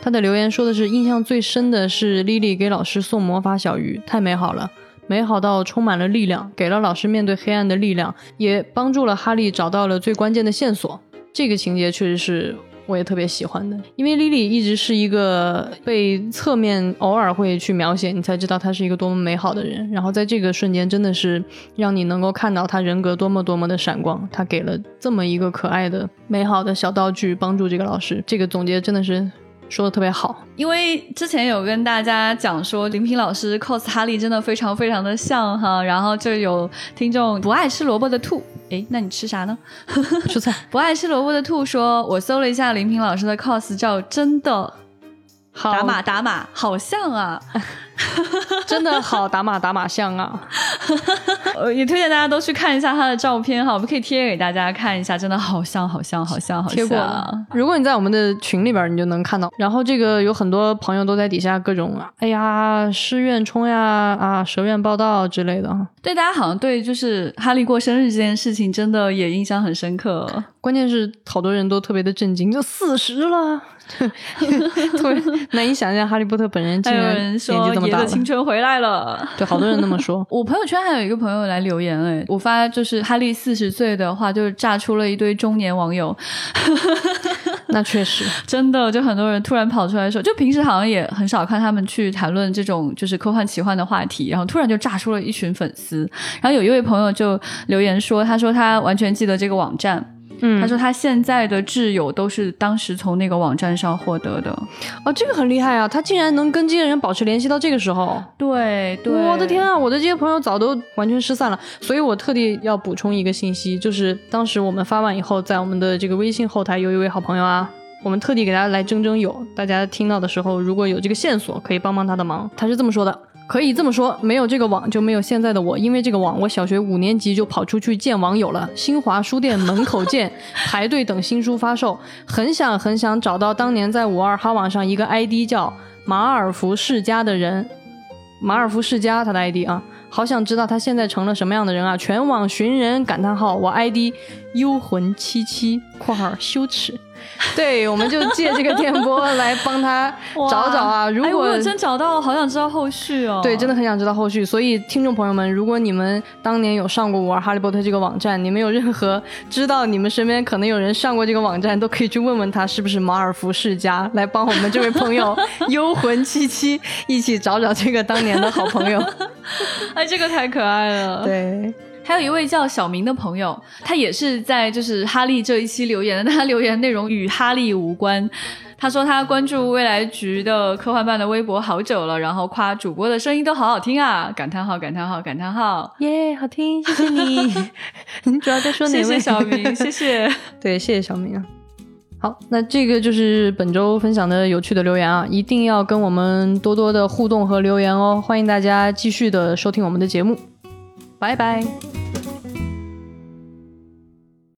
A: 她的留言说的是印象最深的是 Lily 给老师送魔法小鱼，太美好了。美好到充满了力量，给了老师面对黑暗的力量，也帮助了哈利找到了最关键的线索。这个情节确实是我也特别喜欢的，因为莉莉一直是一个被侧面偶尔会去描写，你才知道她是一个多么美好的人。然后在这个瞬间，真的是让你能够看到她人格多么多么的闪光。她给了这么一个可爱的、美好的小道具，帮助这个老师。这个总结真的是说的特别好。
B: 因为之前有跟大家讲说，林平老师 cos 哈利真的非常非常的像哈，然后就有听众不爱吃萝卜的兔，诶，那你吃啥呢？
A: 蔬菜
B: 不爱吃萝卜的兔说，我搜了一下林平老师的 cos 照，真的
A: 好
B: 打码打码，好像啊，
A: 真的好打码打码像啊！
B: 呃，也推荐大家都去看一下他的照片哈，我们可以贴给大家看一下，真的好像好像好像好像，
A: 贴过了。如果你在我们的群里边儿，你就能看到。然后这个有很多朋友都在底下各种，哎呀，师院冲呀，啊，蛇院报道之类的啊。
B: 对，大家好像对就是哈利过生日这件事情，真的也印象很深刻。
A: 关键是好多人都特别的震惊，就四十了， 特别难以想象哈利波特本人竟
B: 还有
A: 然
B: 人
A: 年纪
B: 说
A: 这么
B: 爷
A: 大
B: 的
A: 了。
B: 青春回来了。。
A: 对，好多人那么说
B: 我朋友圈还有一个朋友来留言哎，我发就是哈利四十岁的话，就是炸出了一堆中年网友，
A: 那 确实，
B: 真的就很多人突然跑出来说，就平时好像也很少看他们去谈论这种就是科幻奇幻的话题，然后突然就炸出了一群粉丝。然后有一位朋友就留言说，他说他完全记得这个网站，
A: 嗯
B: 他说他现在的挚友都是当时从那个网站上获得的。
A: 哦，这个很厉害啊，他竟然能跟这些人保持联系到这个时候。
B: 对对，
A: 我的天啊！我的这些朋友早都完全失散了，所以我特地要补充一个信息，就是当时我们发完以后，在我们的这个微信后台有一位好朋友啊，我们特地给大家来争争友，大家听到的时候如果有这个线索，可以帮帮他的忙。他是这么说的。可以这么说，没有这个网就没有现在的我。因为这个网，我小学五年级就跑出去见网友了。新华书店门口见，排队等新书发售。很想很想找到当年在五二哈网上一个 ID 叫马尔福世家的人，马尔福世家他的 ID 啊，好想知道他现在成了什么样的人啊！全网寻人感叹号，我 ID 幽魂七七（括号羞耻）。对，我们就借这个电波来帮他
B: 哇，
A: 找找啊！如
B: 哎、
A: 果、
B: 我有真找到，好想知道后续哦。
A: 对，真的很想知道后续。所以，听众朋友们，如果你们当年有上过我玩哈利波特这个网站，你们有任何知道你们身边可能有人上过这个网站，都可以去问问他是不是马尔福世家，来帮我们这位朋 友幽魂七七一起找找这个当年的好朋友。
B: 哎，这个太可爱了。，
A: 对，
B: 还有一位叫小明的朋友，他也是在就是哈利这一期留言的，但他留言内容与哈利无关。他说他关注未来局的科幻办的微博好久了，然后夸主播的声音都好好听啊！感叹号，感叹号，感叹号！
A: 耶、好听，谢谢你。你 主要在说哪
B: 谢
A: 位？
B: 谢小明，谢谢。
A: 对，谢谢小明啊。好，那这个就是本周分享的有趣的留言啊，一定要跟我们多多的互动和留言哦，欢迎大家继续的收听我们的节目，拜拜。